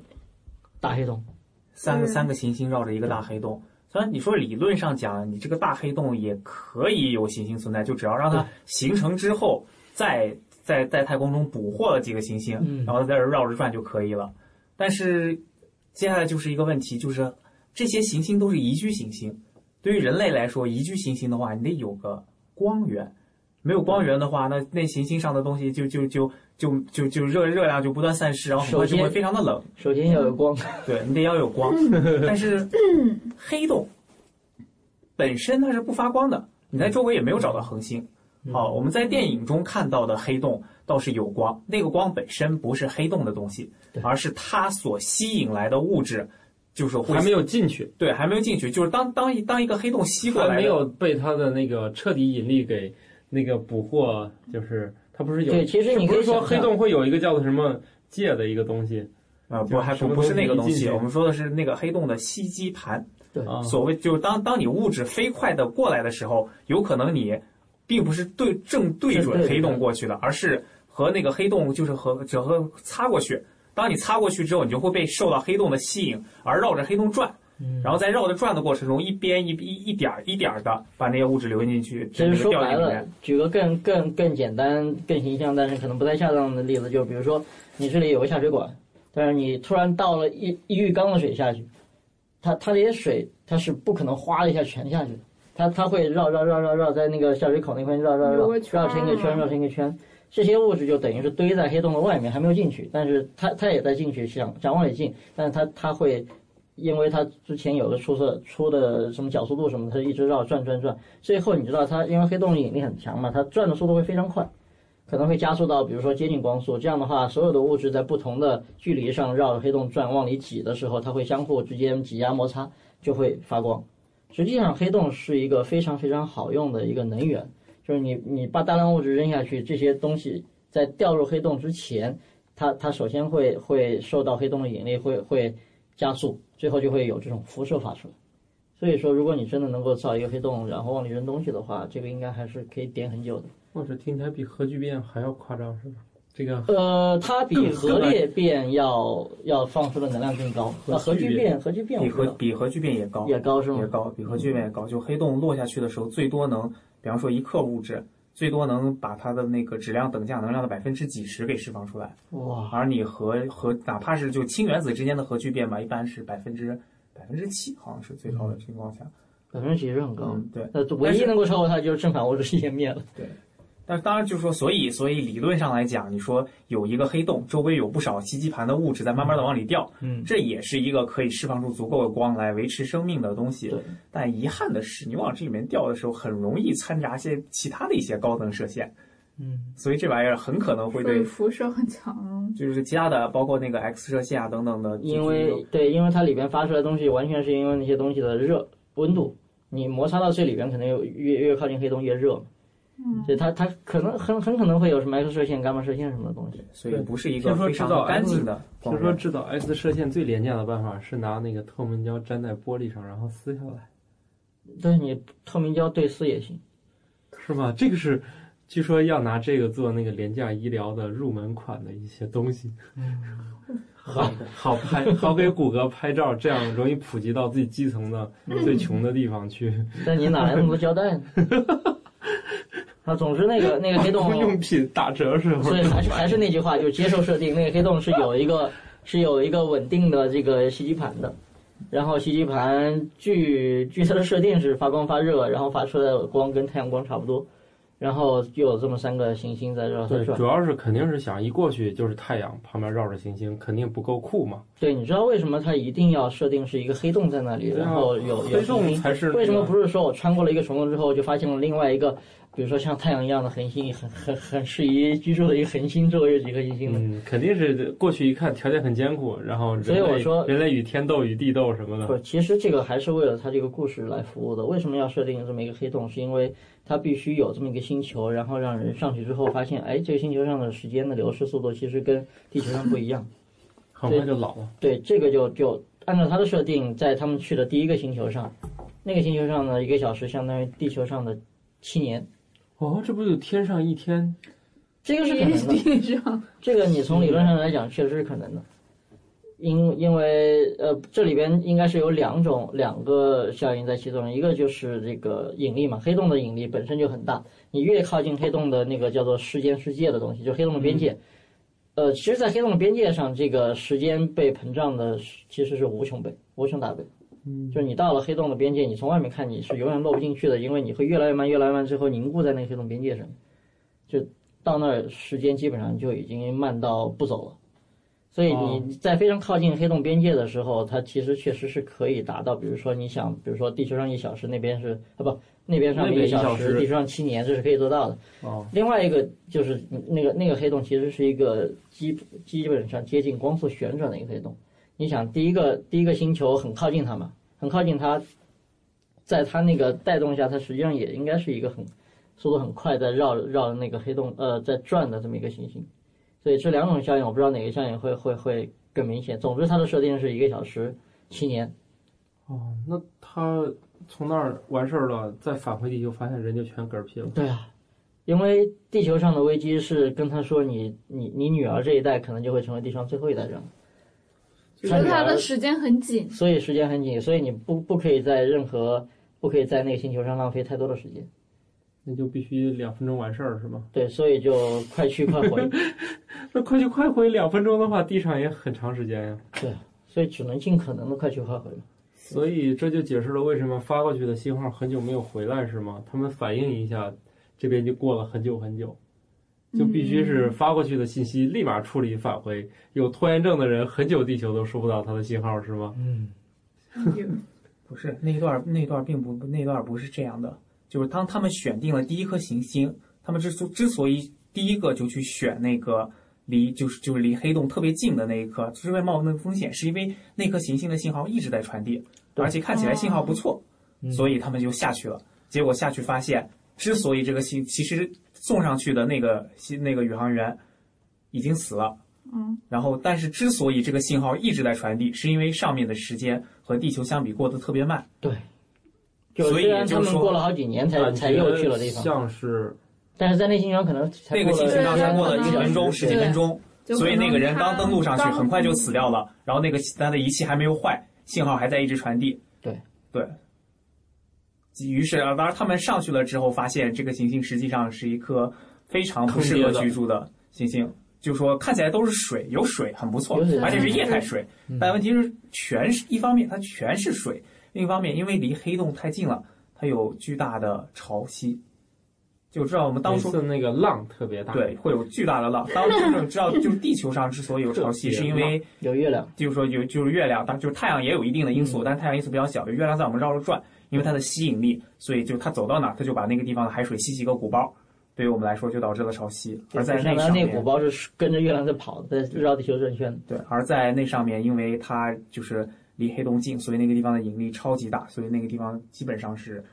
大黑洞。
三个
嗯
三个行星绕着一个大黑洞。虽然你说理论上讲，你这个大黑洞也可以有行星存在，就只要让它形成之后，再在在太空中捕获了几个行星，
嗯
然后在这儿绕着转就可以了。但是接下来就是一个问题，就是这些行星都是宜居行星。对于人类来说，宜居行星的话，你得有个光源。没有光源的话，那那行星上的东西就就就就就就热热量就不断散失，然后很快就会
首先
非常的冷。
首先要有光，
对你得要有光，
嗯
但是黑洞本身它是不发光的，你在周围也没有找到恒星。
嗯
好，我们在电影中看到的黑洞倒是有光，那个光本身不是黑洞的东西
对，
而是它所吸引来的物质，就是会
还没有进去，
对还没有进去，就是当当一当一个黑洞吸过
还
来的
没有被它的那个彻底引力给那个捕获，就是它不是有
对，，其实你
不
可以
是
想
说
象
黑洞会有一个叫做什么界的一个东西
啊、
就
不
是
还
什
不
么
不是
东西
那个
一
东
进
西，
去
我们说的是那个黑洞的吸积盘。
啊？
所谓就是当当你物质飞快的过来的时候，有可能你并不是对正对准黑洞过去的，而是和那个黑洞就是和只和擦过去。当你擦过去之后，你就会被受到黑洞的吸引，而绕着黑洞转，
嗯
然后在绕着转的过程中，一边一一一点儿一点的把那些物质流进去，
其
那
实
个
说
掉
白
进里
了
面。，
举个更更更简单、更形象，但是可能不太恰当的例子，就比如说你这里有个下水管，但是你突然倒了一一浴缸的水下去，它它这些水它是不可能哗的一下全下去的，它它会绕绕绕绕绕在那个下水口那块绕绕
有
绕
个圈儿
绕成一个圈，
啊
绕成一个圈。这些物质就等于是堆在黑洞的外面，还没有进去，但是它它也在进去，想想往里进，但是它它会，因为它之前有个出色出的什么角速度什么，它一直绕转转转，最后你知道它，因为黑洞引力很强嘛，它转的速度会非常快，可能会加速到比如说接近光速。这样的话，所有的物质在不同的距离上绕着黑洞转往里挤的时候，它会相互之间挤压摩擦，就会发光。实际上，黑洞是一个非常非常好用的一个能源，就是你你把大量物质扔下去，这些东西在掉入黑洞之前，它它首先会会受到黑洞的引力，会会加速，最后就会有这种辐射发出来。所以说，如果你真的能够造一个黑洞，然后往里扔东西的话，这个应该还是可以点很久的。
我只听起来比核聚变还要夸张，是吧？这个
呃，它比
更
核裂变要要放出的能量更高。那核聚变，核聚变
比
我
核
知道
比核聚变也高，
也高是吗
也？高，比核聚变也高。就黑洞落下去的时候，最多能，比方说一克物质，最多能把它的那个质量等价能量的百分之几十给释放出来。
哇，
而你和和哪怕是就氢原子之间的核聚变吧，一般是百分之百分之七，好像是最
嗯
高的情况下。
百分之几十很高。
嗯，对。
那唯一能够超过它就是正反物质世界灭了。
但当然就是说，所以所以理论上来讲，你说有一个黑洞，周围有不少吸积盘的物质在慢慢的往里掉，
嗯，
这也是一个可以释放出足够的光来维持生命的东西
对。
但遗憾的是，你往这里面掉的时候，很容易掺杂些其他的一些高能射线，
嗯，
所以这玩意儿很可能会
所以
对，
辐射很强。
就是其他的，包括那个 X 射线啊等等的，
因为对，因为它里边发出来的东西完全是因为那些东西的热温度，你摩擦到最里边，可能有越越靠近黑洞越热嘛，
嗯，
所以它它可能很很可能会有什么 X 射线、伽马射线什么的东西。
所以不是一个
听说
非
知
常
道
干净的光
听
源。
说制造 X 射线最廉价的办法是拿那个透明胶粘在玻璃上，然后撕下来，
但是你透明胶对撕也行，
是吗？这个是，据说要拿这个做那个廉价医疗的入门款的一些东西，好好拍，好给谷歌拍照，这样容易普及到最基层的、最穷的地方去。
但你哪来那么多胶带呢？啊，总之那个那个黑洞，
用品打折时候
所以，还是还是那句话，就是接受设定，那个黑洞是有一个是有一个稳定的这个吸积盘的，然后吸积盘据据它的设定是发光发热，然后发出来的光跟太阳光差不多，然后就有这么三个行星在绕它
对，
转
主。要是肯定是想一过去就是太阳，旁边绕着行星，肯定不够酷嘛。
对，你知道为什么它一定要设定是一个黑洞在那里，
对啊
然后有有
黑
行
洞
星
才是
为什么
那个嗯
不是说我穿过了一个虫洞之后就发现了另外一个，比如说像太阳一样的恒星，很很很适宜居住的一个恒星，周围有几颗行星呢？
嗯，肯定是过去一看条件很艰苦，然后人
所以我
类
说
人类与天斗与地斗什么
不
的，
是，其实这个还是为了它这个故事来服务的。为什么要设定这么一个黑洞？是因为它必须有这么一个星球，然后让人上去之后发现，哎，这个星球上的时间的流逝速度其实跟地球上 不一样。
很快就老了。
对，这个就就按照它的设定，在他们去的第一个星球上，那个星球上呢，一个小时相当于地球上的七年，
哦，这不就天上一天？
这个是可能的。
地上
这个你从理论上来讲确实是可能的，因因为呃这里边应该是有两种两个效应在其中，一个就是这个引力嘛，黑洞的引力本身就很大，你越靠近黑洞的那个叫做时间世界的东西，就黑洞的边界，呃，其实，在黑洞的边界上，这个时间被膨胀的是其实是无穷倍、无穷大倍。
嗯，
就是你到了黑洞的边界，你从外面看你是永远落不进去的，因为你会越来越慢、越来越慢，最后凝固在那个黑洞边界上面。就到那儿，时间基本上就已经慢到不走了。所以
哦
你在非常靠近黑洞边界的时候，它其实确实是可以达到，比如说你想，比如说地球上一小时，那边是啊不，那边上
那
一
边
个
一小
小时，
时
地球上七年，这是可以做到的。
哦，
另外一个就是那个那个黑洞其实是一个基基本上接近光速旋转的一个黑洞。你想，第一个第一个星球很靠近它嘛，很靠近它，在它那个带动下，它实际上也应该是一个很速度很快在绕绕那个黑洞呃在转的这么一个行星。所以这两种效应，我不知道哪个效应会会会更明显。总之，它的设定是一个小时七年。
哦，那他从那儿完事儿了，再返回地球，发现人就全嗝屁了。
对啊，因为地球上的危机是跟他说你你你女儿这一代可能就会成为地球上最后一代人了。
只
他
是
女
它
儿
的时间很紧，
所以时间很紧，所以你不不可以在任何不可以在那个星球上浪费太多的时间。
那就必须两分钟完事儿是吗？
对，所以就快去快 回，
那快去快回两分钟的话，地上也很长时间呀、
所以只能尽可能的快去快回。
所以这就解释了为什么发过去的信号很久没有回来是吗？他们反应一下，这边就过了很久很久，就必须
嗯
是发过去的信息立马处理返回。有拖延症的人很久地球都收不到他的信号是吗？
嗯，
不是那一段儿，那一段儿并不那一段儿不是这样的，就是当他们选定了第一颗行星，他们之所之所以第一个就去选那个离就是就是离黑洞特别近的那一颗，就是为冒那个风险，是因为那颗行星的信号一直在传递，
对
而且看起来信号不错，所以他们就下去了。结果下去发现，之所以这个星其实送上去的那个星那个宇航员已经死了。
嗯，
然后，但是之所以这个信号一直在传递，是因为上面的时间和地球相比过得特别慢，
对。就
所以
虽然
就
他们
说
过了好几年才
感
才
觉
又去了地方，
像是
但是在那星球上可能才
那个
过
星
了
星刚才
才
过了
一
几
小
分钟、
时
十几
对
分钟，
就
所以
可
那
能
个人
它
刚登陆上去，
刚
很快就死掉了。然后那个他的仪器还没有坏，信号还在一直传递。
对
对。于是，啊当然他们上去了之后，发现这个行星实际上是一颗非常不适合
坑爹的
居住的行星。就说看起来都是水，有水很不错
有水，
而且是液态水。
嗯
但问题是，全是一方面它全是水，另一方面因为离黑洞太近了，它有巨大的潮汐。就知道我们当
每
初
次那个浪特别大，
对，会有巨大的 浪。当初就知道，就是地球上之所以有潮汐，是因为
有月亮，
就是说有就是月亮，当就是太阳也有一定的因
嗯
素，但是太阳因素比较小，月亮在我们绕着转，因为它的吸引力，所以就它走到哪儿，它就把那个地方的海水吸几个鼓包。对于我们来说，就导致了潮汐。而在那
相当
上
于
面
那，鼓包是跟着月亮在跑，在绕地球转圈的。
对，而在那上面，因为它就是离黑洞近，所以那个地方的引力超级大，所以那个地方基本上是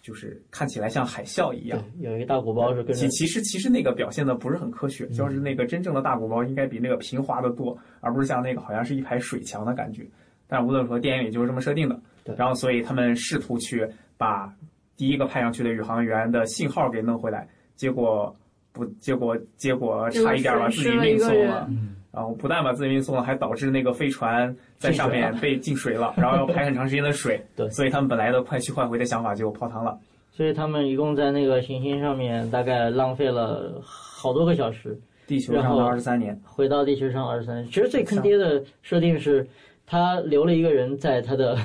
就是看起来像海啸一样。
对，有一个大鼓包是跟嗯着
其其实其实那个表现的不是很科学，就是那个真正的大鼓包应该比那个平滑的多，而不是像那个好像是一排水墙的感觉。但无论如何，电影也就是这么设定的
对。
然后，所以他们试图去把第一个派上去的宇航员的信号给弄回来，结果不，结果结果差一点把自己命
结果损失了一
送
个
了
人。
嗯
然后不但把自己命送了，还导致那个飞船在上面被进水了，然后要排很长时间的水
。对
所以他们本来的快去快回的想法就泡汤了。
所以他们一共在那个行星上面大概浪费了好多个小时，
地球上的
然后
二十三年，
回到地球上二十三。其实最坑爹的设定是，他留了一个人在他的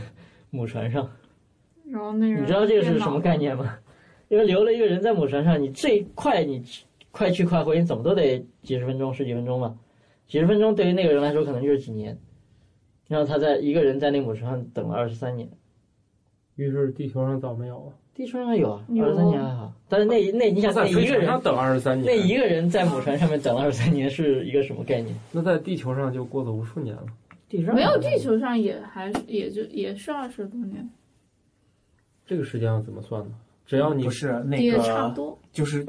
母船上，
然后那人
你知道这个是什么概
念？
念吗？因为留了一个人在母船上，你最快你快去快回，你怎么都得几十分钟、十几分钟吧。几十分钟对于那个人来说可能就是几年，然后他在一个人在那母船上等了二十三年。
于是地球上早没有了。
地球上有啊，
有
二十三年还好，但是那那你想那
在
一
飞
个
船
人
上等二十三
那
年，
一个人在母船上面等了二十三年是一个什么概念？
那在地球上就过了无数年了。
地球上
没有，地球上也还是也就也是二十多年，
这个时间要怎么算呢？只要你
不是那
也差
个
不，多。
就是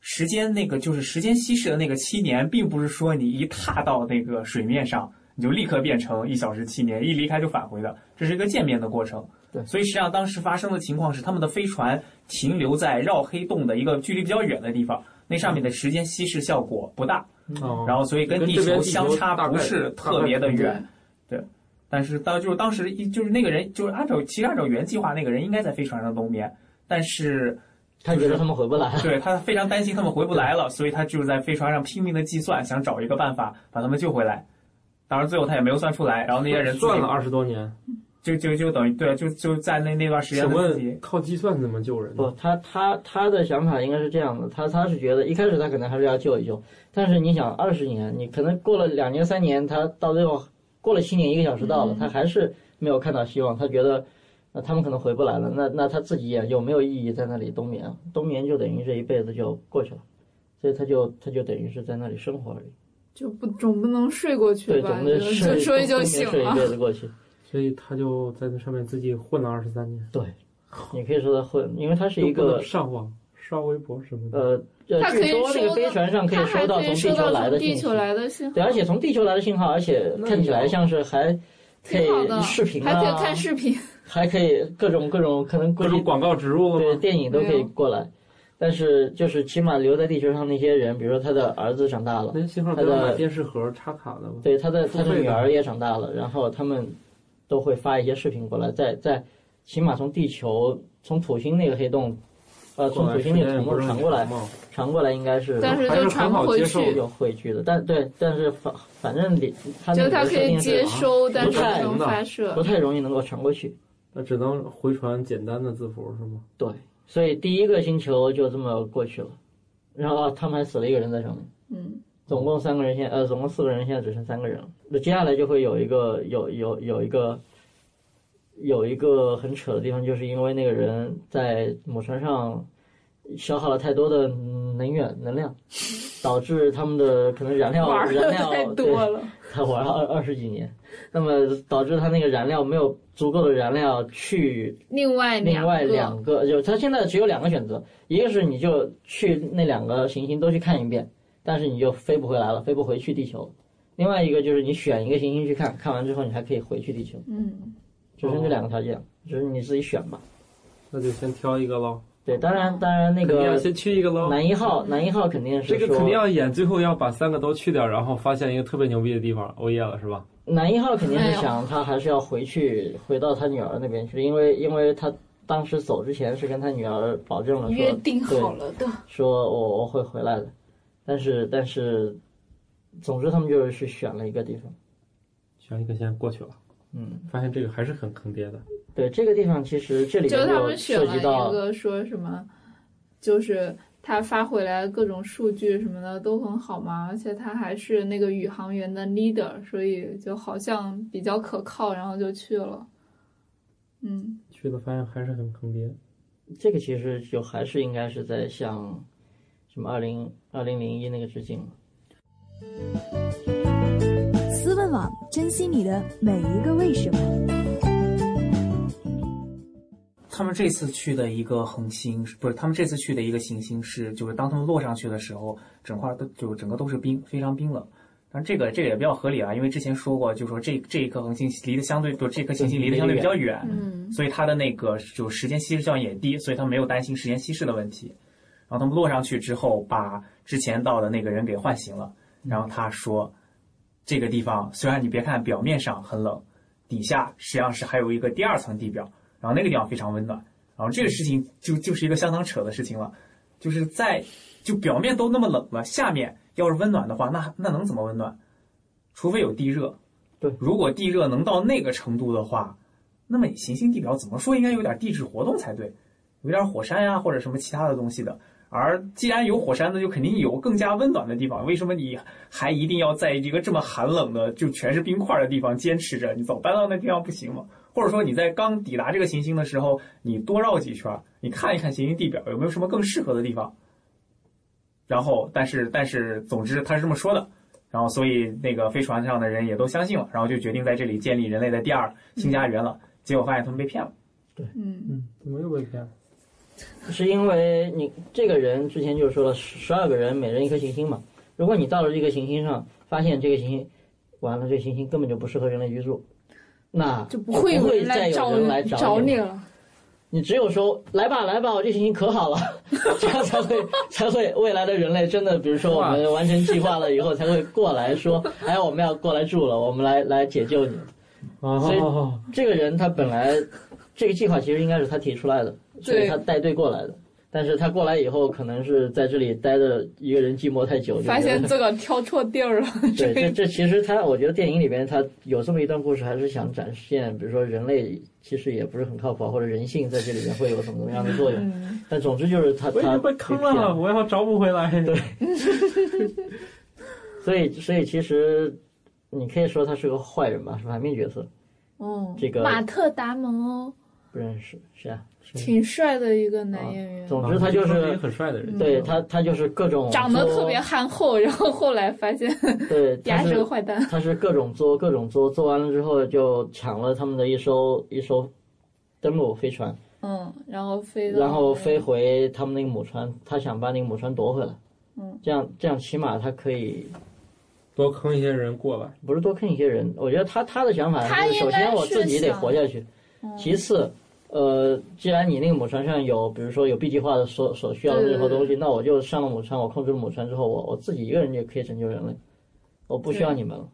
时间那个就是时间稀释的那个七年，并不是说你一踏到那个水面上你就立刻变成一小时七年，一离开就返回的，这是一个渐变的过程。
对
所以实际上当时发生的情况是，他们的飞船停留在绕黑洞的一个距离比较远的地方，那上面的时间稀释效果不大，
哦
然后所以跟
跟
地
这边
球
地
相
球
差
大
不
概
是特别的远。对，但是当就是当时一就是那个人就是按照其实按照原计划，那个人应该在飞船上冬眠，但是
他觉得他们回不来了。
对他非常担心他们回不来了，所以他就是在飞船上拼命的计算，想找一个办法把他们救回来。当然最后他也没有算出来，然后那些人
算了，二十多年，
就就就等于对，就就在那那段时间
请
的自己
问靠计算怎么救人呢？
不，他他他的想法应该是这样的，他他是觉得一开始他可能还是要救一救，但是你想二十年，你可能过了两年三年，他到最后过了七年一个小时到了，他还是没有看到希望，他觉得。呃他们可能回不来了，那那他自己也有没有意义在那里冬眠啊？冬眠就等于这一辈子就过去了，所以他就他就等于是在那里生活而已。
就不总不能睡过去
对，
吧
总？
就
得睡
就睡就
冬眠
醒
睡一
了。
辈子过去。
所以他就在那上面自己混了二十三年，
对，你可以说他混，因为他是一
都不能
个
上网、刷微博什么的。
呃，呃
他可
据
以
说那
收
个飞
到
船上可以
他还
到
可
从
以
地
收
球
到
来
从
的
地
信息
球，来的信号，
对，而且从地球来的信号，而且
那
看起来
有
像是还可
挺好
以
的，
视频
还
啊，
可以看视频。
还可以各种各种可能估
各种
计
广告植入了
对
吗？
电影都可
没
以
有
过来，但是就是起码留在地球上那些人，比如说他的儿子长大了，
那信号不要买电视盒插卡的吗？
对他的
付
他的
费
女
的
儿也长大了，然后他们都会发一些视频过来，在在起码从地球从土星那个黑洞，呃，从土星那个沉没传过来，传过来应该是
但是
还是
就传
很好
不回
接
去
受，
有汇聚的，但对，但是反反正里它那
就
个
它可
设
以
定
接
是
收，但
不
是
太
不能
能
发
不
射。
太容易能够传过去。
那只能回传简单的字符是吗？
对，所以第一个星球就这么过去了，然后、啊、他们还死了一个人在上面，
嗯，
总共三个人现呃总共四个人现在只剩三个人了。那接下来就会有一个有有有一个有一个很扯的地方，就是因为那个人在母船上消耗了太多的能源能量，导致他们的可能燃料
玩的
燃料
太
对
多了，
他玩了二二十几年，那么导致他那个燃料没有足够的燃料去
另外
另外
个，
两个，就他现在只有两个选择，一个是你就去那两个行星都去看一遍，但是你就飞不回来了，飞不回去地球；另外一个就是你选一个行星去看，看完之后你还可以回去地球，
嗯，
只
哦
剩这两个条件，就是你自己选吧。
那就先挑一个喽，
对，当然当然那
肯定要
个
先去一个喽。
男一号男一号肯定
这
是
个
说
肯定要演，最后要把三个都去掉，然后发现一个特别牛逼的地方，欧耶了是吧？
男一号肯
哎
定是想他还是要回去，回到他女儿那边去，因为因为他当时走之前是跟他女儿保证了
约
说，
定好了的。
说我我会回来的，但是但是，总之他们就是去选了一个地方，
选一个先过去了，
嗯，
发现这个还是很坑爹的。
对这个地方其实这里
就
面
他们选
涉
了
及
一
到
个说什么，就是他发回来的各种数据什么的都很好嘛，而且他还是那个宇航员的 leader，所以就好像比较可靠，然后就去了。嗯，
去了发现还是很坑爹。
这个其实就还是应该是在向什么二零二零零一那个致敬了。
思问网珍惜你的每一个为什么。
他们这次去的一个恒星，不是他们这次去的一个行星是，就是当他们落上去的时候，整块都就整个都是冰，非常冰冷。但这个这个也比较合理啊，因为之前说过，就说这这一颗恒星离得相对，就这颗行星离得相对比较远，
嗯，
所以它的那个就时间稀释效应也低，所以他没有担心时间稀释的问题。然后他们落上去之后，把之前到的那个人给唤醒了，然后他说，这个地方虽然你别看表面上很冷，底下实际上是还有一个第二层地表，然后那个地方非常温暖。然后这个事情就就是一个相当扯的事情了，就是在就表面都那么冷了，下面要是温暖的话，那那能怎么温暖？除非有地热。
对
如果地热能到那个程度的话，那么你行星地表怎么说应该有点地质活动才对，有点火山呀、或者什么其他的东西的。而既然有火山，那就肯定有更加温暖的地方。为什么你还一定要在一个这么寒冷的就全是冰块的地方坚持着？你早搬到那地方不行吗？或者说你在刚抵达这个行星的时候，你多绕几圈，你看一看行星地表有没有什么更适合的地方。然后，但是但是，总之他是这么说的。然后，所以那个飞船上的人也都相信了，然后就决定在这里建立人类的第二新家园了。结果发现他们被骗了。
嗯
嗯，怎么又被骗？
是因为你这个人之前就说了，十二个人每人一颗行星嘛。如果你到了这个行星上，发现这个行星完了，这个行星根本就不适合人类居住，那
就不
会
会有人
再
来
有
找
人来
找
你
你
了。
了。
你只有说来吧，来吧，我这行星可好了， 这样才 会才会未来的人类真的，比如说我们完成计划了以后，才会过来说，哎，我们要过来住了，我们来来解救你。以
哦，
这个人他本来这个计划其实应该是他提出来的，所以他带队过来的。但是他过来以后，可能是在这里待的一个人寂寞太久，就
发现
觉得
自个儿挑错地儿了，
对这这其实他，我觉得电影里边他有这么一段故事，还是想展现，比如说人类其实也不是很靠谱，或者人性在这里面会有什么什么样的作用。
嗯，
但总之就是他
我已
他
经被坑
被骗
了，啊我要找不回来。啊对，
所以所以其实你可以说他是个坏人吧，是反面角色，
哦，
这个
马特·达蒙哦，
不认识谁啊？
挺帅的一个男演员，
总之他就
一个
是
很帅的人。
对他他就是各种
长得
作
特别憨厚，然后后来发现
对，他
牙
是
是个坏蛋。
他是各种作，各种作，做完了之后就抢了他们的一艘一艘登陆飞船，
嗯，然后飞到，
然后飞回他们那个母船，他想把那个母船夺回来。
嗯，
这样这样起码他可以
多坑一些人过来。
不是多坑一些人，我觉得他他的想法
他
是，
应
首
该
先我
是
自己得
想
活下去，
嗯
其次，呃，既然你那个母船上有，比如说有 B 计划的所所需要的任何东西，
嗯
那我就上了母船，我控制了母船之后，我我自己一个人就可以拯救人类，我不需要你们了。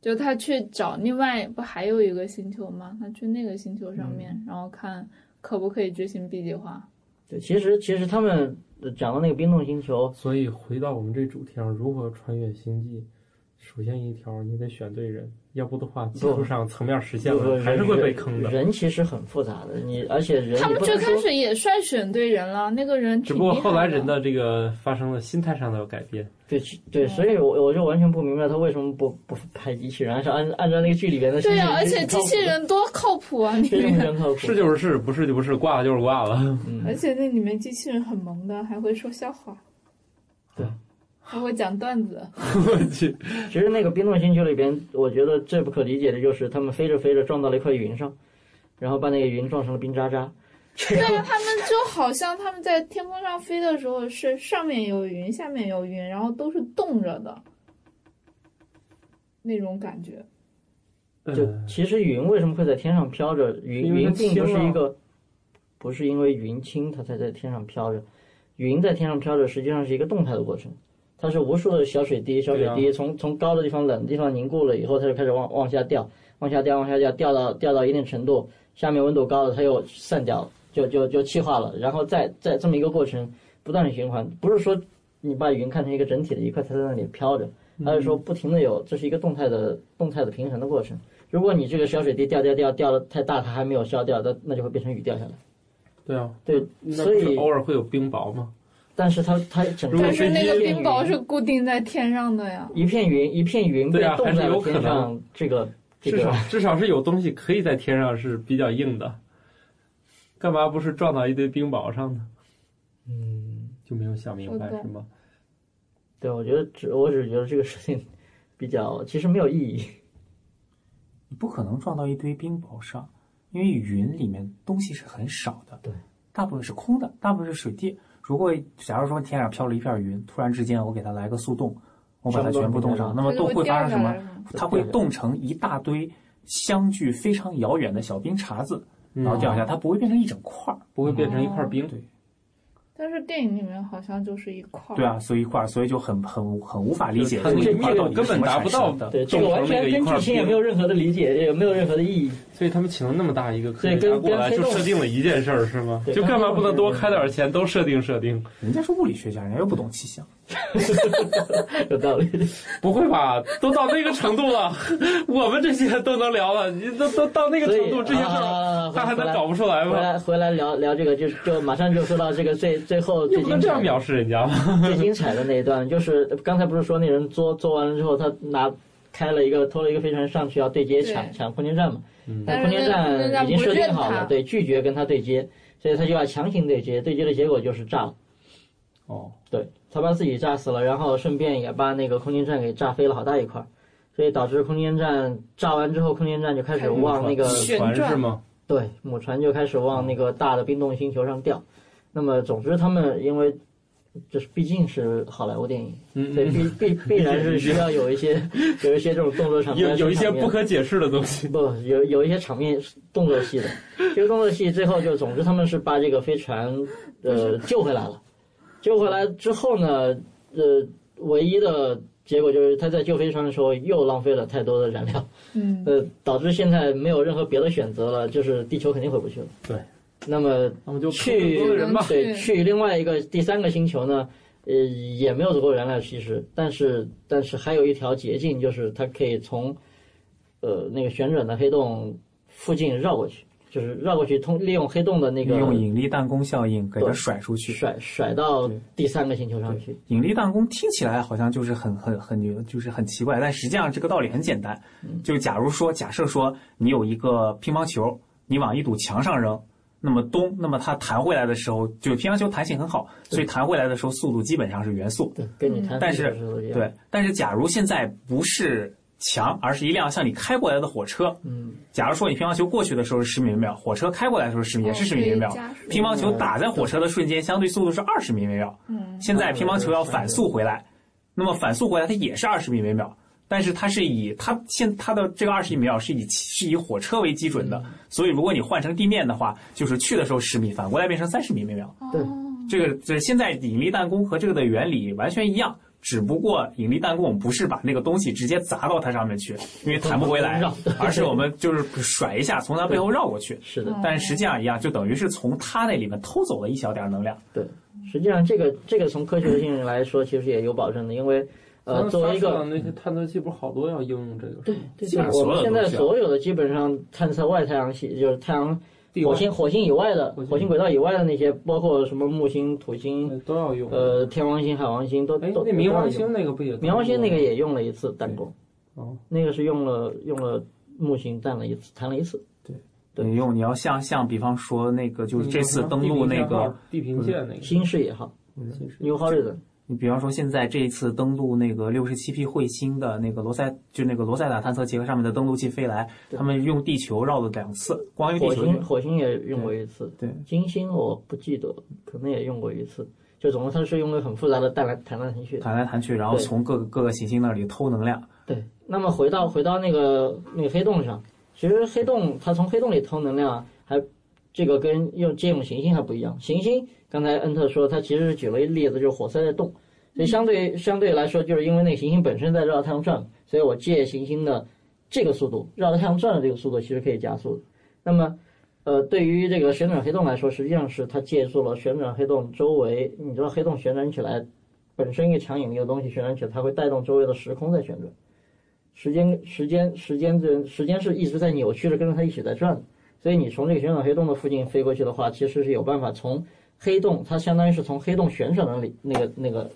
就他去找另外不还有一个星球吗？他去那个星球上面，
嗯
然后看可不可以执行 B 计划。
对，其实其实他们呃讲到那个冰冻星球，
所以回到我们这主题上，如何穿越星际？首先一条，你得选对人，要不的话，技术上层面实现了，还是会被坑的。
人其实很复杂的，你而且人
他
你
们
不
最
能
开
说
始也算选对人了，那个人
只
挺
不过
厉害
后来人的这个发生了心态上的改变，
对其
嗯
对，所以我我就完全不明白他为什么不不拍机器人，而是按按照那个剧里边的
对呀、
呀、
而且机器人多靠谱 啊！那
非常非
个，
常靠谱，嗯
是就是是，不是就不是，挂了就是挂了。
而且那里面机器人很萌的，还会说笑话，
对，
还会讲段子。
我去，
其实那个冰冻星球里边，我觉得最不可理解的就是他们飞着飞着撞到了一块云上，然后把那个云撞成了冰渣渣。这
对
个
啊，他们就好像他们在天空上飞的时候是上面有云，下面有云，然后都是冻着的那种感觉。
就
嗯
其实云为什么会在天上飘着？云
因为它
云并不
轻
是
啊
一个，不是因为云轻它才在天上飘着，云在天上飘着实际上是一个动态的过程，它是无数的小水滴，小水
啊
滴从从高的地方、冷的地方凝固了以后，它就开始往往下掉，往下掉，往下掉，掉到掉到一定程度，下面温度高了，它又散掉了，就就就气化了，然后再再这么一个过程不断的循环，不是说你把云看成一个整体的一块，它在那里飘着。
嗯
而是说不停的有，这是一个动态的动态的平衡的过程。如果你这个小水滴掉掉掉掉的太大，它还没有消掉，那那就会变成雨掉下来。
对啊，
对，
那不
所
是
以
偶尔会有冰雹吗？
但是它它整
如果
个
但是那个
飞机
冰雹是固定在天上的呀。
一片云一片云被
对啊
冻在
还是有
了
可
天
能
上，这个这
至少
个
至少是啊有东西可以在天上是比较硬的，干嘛不是撞到一堆冰雹上呢？
嗯，
就没有想明白
我懂
是吗？
对，我觉得只我只是觉得这个事情比较其实没有意义。
你不可能撞到一堆冰雹上，因为云里面东西是很少的，
对，
大部分是空的，大部分是水滴。如果假如说天上飘了一片云，突然之间我给它来个速冻，我把它全部冻上，那么
它就
都
会
会发
掉
生什
下
么
来？吗？
它会冻成一大堆相距非常遥远的小冰碴子，
嗯
然后掉下，它不会变成一整块儿。
不会变成一
哦
块冰。
对
但是电影里面好像就是一块儿。
对啊，所以一块儿，所以就很很很无法理解
就是它
这
那个
一块儿到底
根
是
本
什么
达不
产
到
生的。
对，这个完全跟剧情也没有任何的理解，也没有任何的意义。
所以他们请了那么大一个科学
对
家
跟
过来，
跟黑
就
洞
设定了一件事儿是吗？
对
就干嘛不能多开点钱，都设定设定？
人家是物理学家，人家又不懂气象。
有道理。
不会吧？都到那个程度了， 我们这些都能聊了，你都都到那个
所以
程度，这些事儿
啊
他还
回
能
来
搞不出来
回
吗？
来回来聊聊这个，就就马上就说到这个最最后
你
最
不能这
精
样
彩
藐视人家吗？
最精彩的那一段，就是刚才不是说那人作作完了之后，他拿开了一个拖了一个飞船上去要对接
对
抢抢空间站嘛，
嗯
但
但
空
是
间
那个空间
站
站
已经
不
设定
认
好了
他，
对，拒绝跟他对接，所以他就要强行对接，对接的结果就是炸了。
哦，
对他把自己炸死了，然后顺便也把那个空间站给炸飞了好大一块儿，所以导致空间站炸完之后，空间站就开始
开始
往那个
旋
船
转
是吗？
对母船就开始往那个大的冰冻星球上掉。那么，总之他们因为这是毕竟是好莱坞电影，
嗯
所以必必必然是需要有一些 有一些这种动作场面，
有有一些
场面
不可解释的东西。
不有有一些场面是动作戏的，这个动作戏最后就，总之他们是把这个飞船呃
嗯
救回来了，救回来之后呢，呃，唯一的结果就是他在救飞船的时候又浪费了太多的燃料，
嗯，
呃，导致现在没有任何别的选择了，就是地球肯定回不去了。
对，
那么
那么就
去
更多的人吧，
对，
对
去另外一个第三个星球呢，呃，也没有足够燃料其实，但是但是还有一条捷径，就是它可以从呃那个旋转的黑洞附近绕过去，就是绕过去通利用黑洞的那
利
个
用引力弹弓效应给它甩出去。
甩甩到
对
第三个星球上去。
引力弹弓听起来好像就是很很很牛，就是很奇怪，但实际上这个道理很简单。就假如说，假设说你有一个乒乓球，你往一堵墙上扔，那么咚，那么它弹回来的时候，就乒乓球弹性很好，所以弹回来的时候速度基本上是匀速。
对，跟你
嗯
谈
但是
一样，
对，但是假如现在不是墙，而是一辆向你开过来的火车，
嗯，
假如说你乒乓球过去的时候是十米每秒，火车开过来的时候是嗯也是十米每秒
哦可以加，速
乒乓球打在火车的瞬间，相对速度是二十米每秒。
嗯
现在乒乓球要反速回来，那么反速回来它也是二十米每秒，但是它是以它现它的这个二十米每秒是以是以火车为基准
嗯
的，所以如果你换成地面的话，就是去的时候十米，反过来变成三十米每秒。
哦
对
这个这现在引力弹弓和这个的原理完全一样，只不过引力弹弓我们不是把那个东西直接砸到它上面去，因为弹不回来
绕，
而是我们就是甩一下从它背后绕过去。
是
嗯
的。
但是实际上一样，就等于是从它那里面偷走了一小点能量。
实际上，这个这个从科学性来说，其实也有保证的，因为呃，作为一
咱
个
们发射的那些探测器，不是好多要应用这个？
对，对
基本上
对我
所有
们
的东
现在
西啊
所有的基本上探测外太阳系，就是太阳
地
火
外
星、火星以外的
火星
火星轨道以外的那些，包括什么木星、土星、
呃都要用。
呃天王星、海王星都
哎
都。，
那冥王
都要
星
用
那个不也？
冥王星那个。也用了一次弹弓，
哦，
那个是用了用了木星弹了一次，弹了一次。对
你嗯用你要像像比方说那个，就是这次登陆那个，
地平线那个
新视野号
新视
New Horizon，
你比方说现在这一次登陆那个六十七批彗星的那个罗塞，就那个罗塞塔探测器和上面的登陆器飞来，
对
他们用地球绕了两次，光用
火
地球就
星火星也用过一次，
对，
金星我不记得，可能也用过一次。就总之，它是用了很复杂的弹来弹来弹去的。
弹来弹去，然后
对
从各个各个行星那里偷能量。
对，那么回到回到那个那个黑洞上，其实黑洞它从黑洞里偷能量还，这个跟用借用行星还不一样。行星刚才恩特说，他其实是举了一例子，就是火塞在动，所以相对相对来说，就是因为那个行星本身在绕太阳转，所以我借行星的这个速度绕太阳转的这个速度，其实可以加速的。那么。呃，对于这个旋转黑洞来说，实际上是它借助了旋转黑洞周围，你知道黑洞旋转起来，本身一个强引力的东西旋转起来，它会带动周围的时空在旋转。时间时间时间这时间是一直在扭曲的，跟着它一起在转的，所以你从这个旋转黑洞的附近飞过去的话，其实是有办法从黑洞，它相当于是从黑洞旋转的里那个那个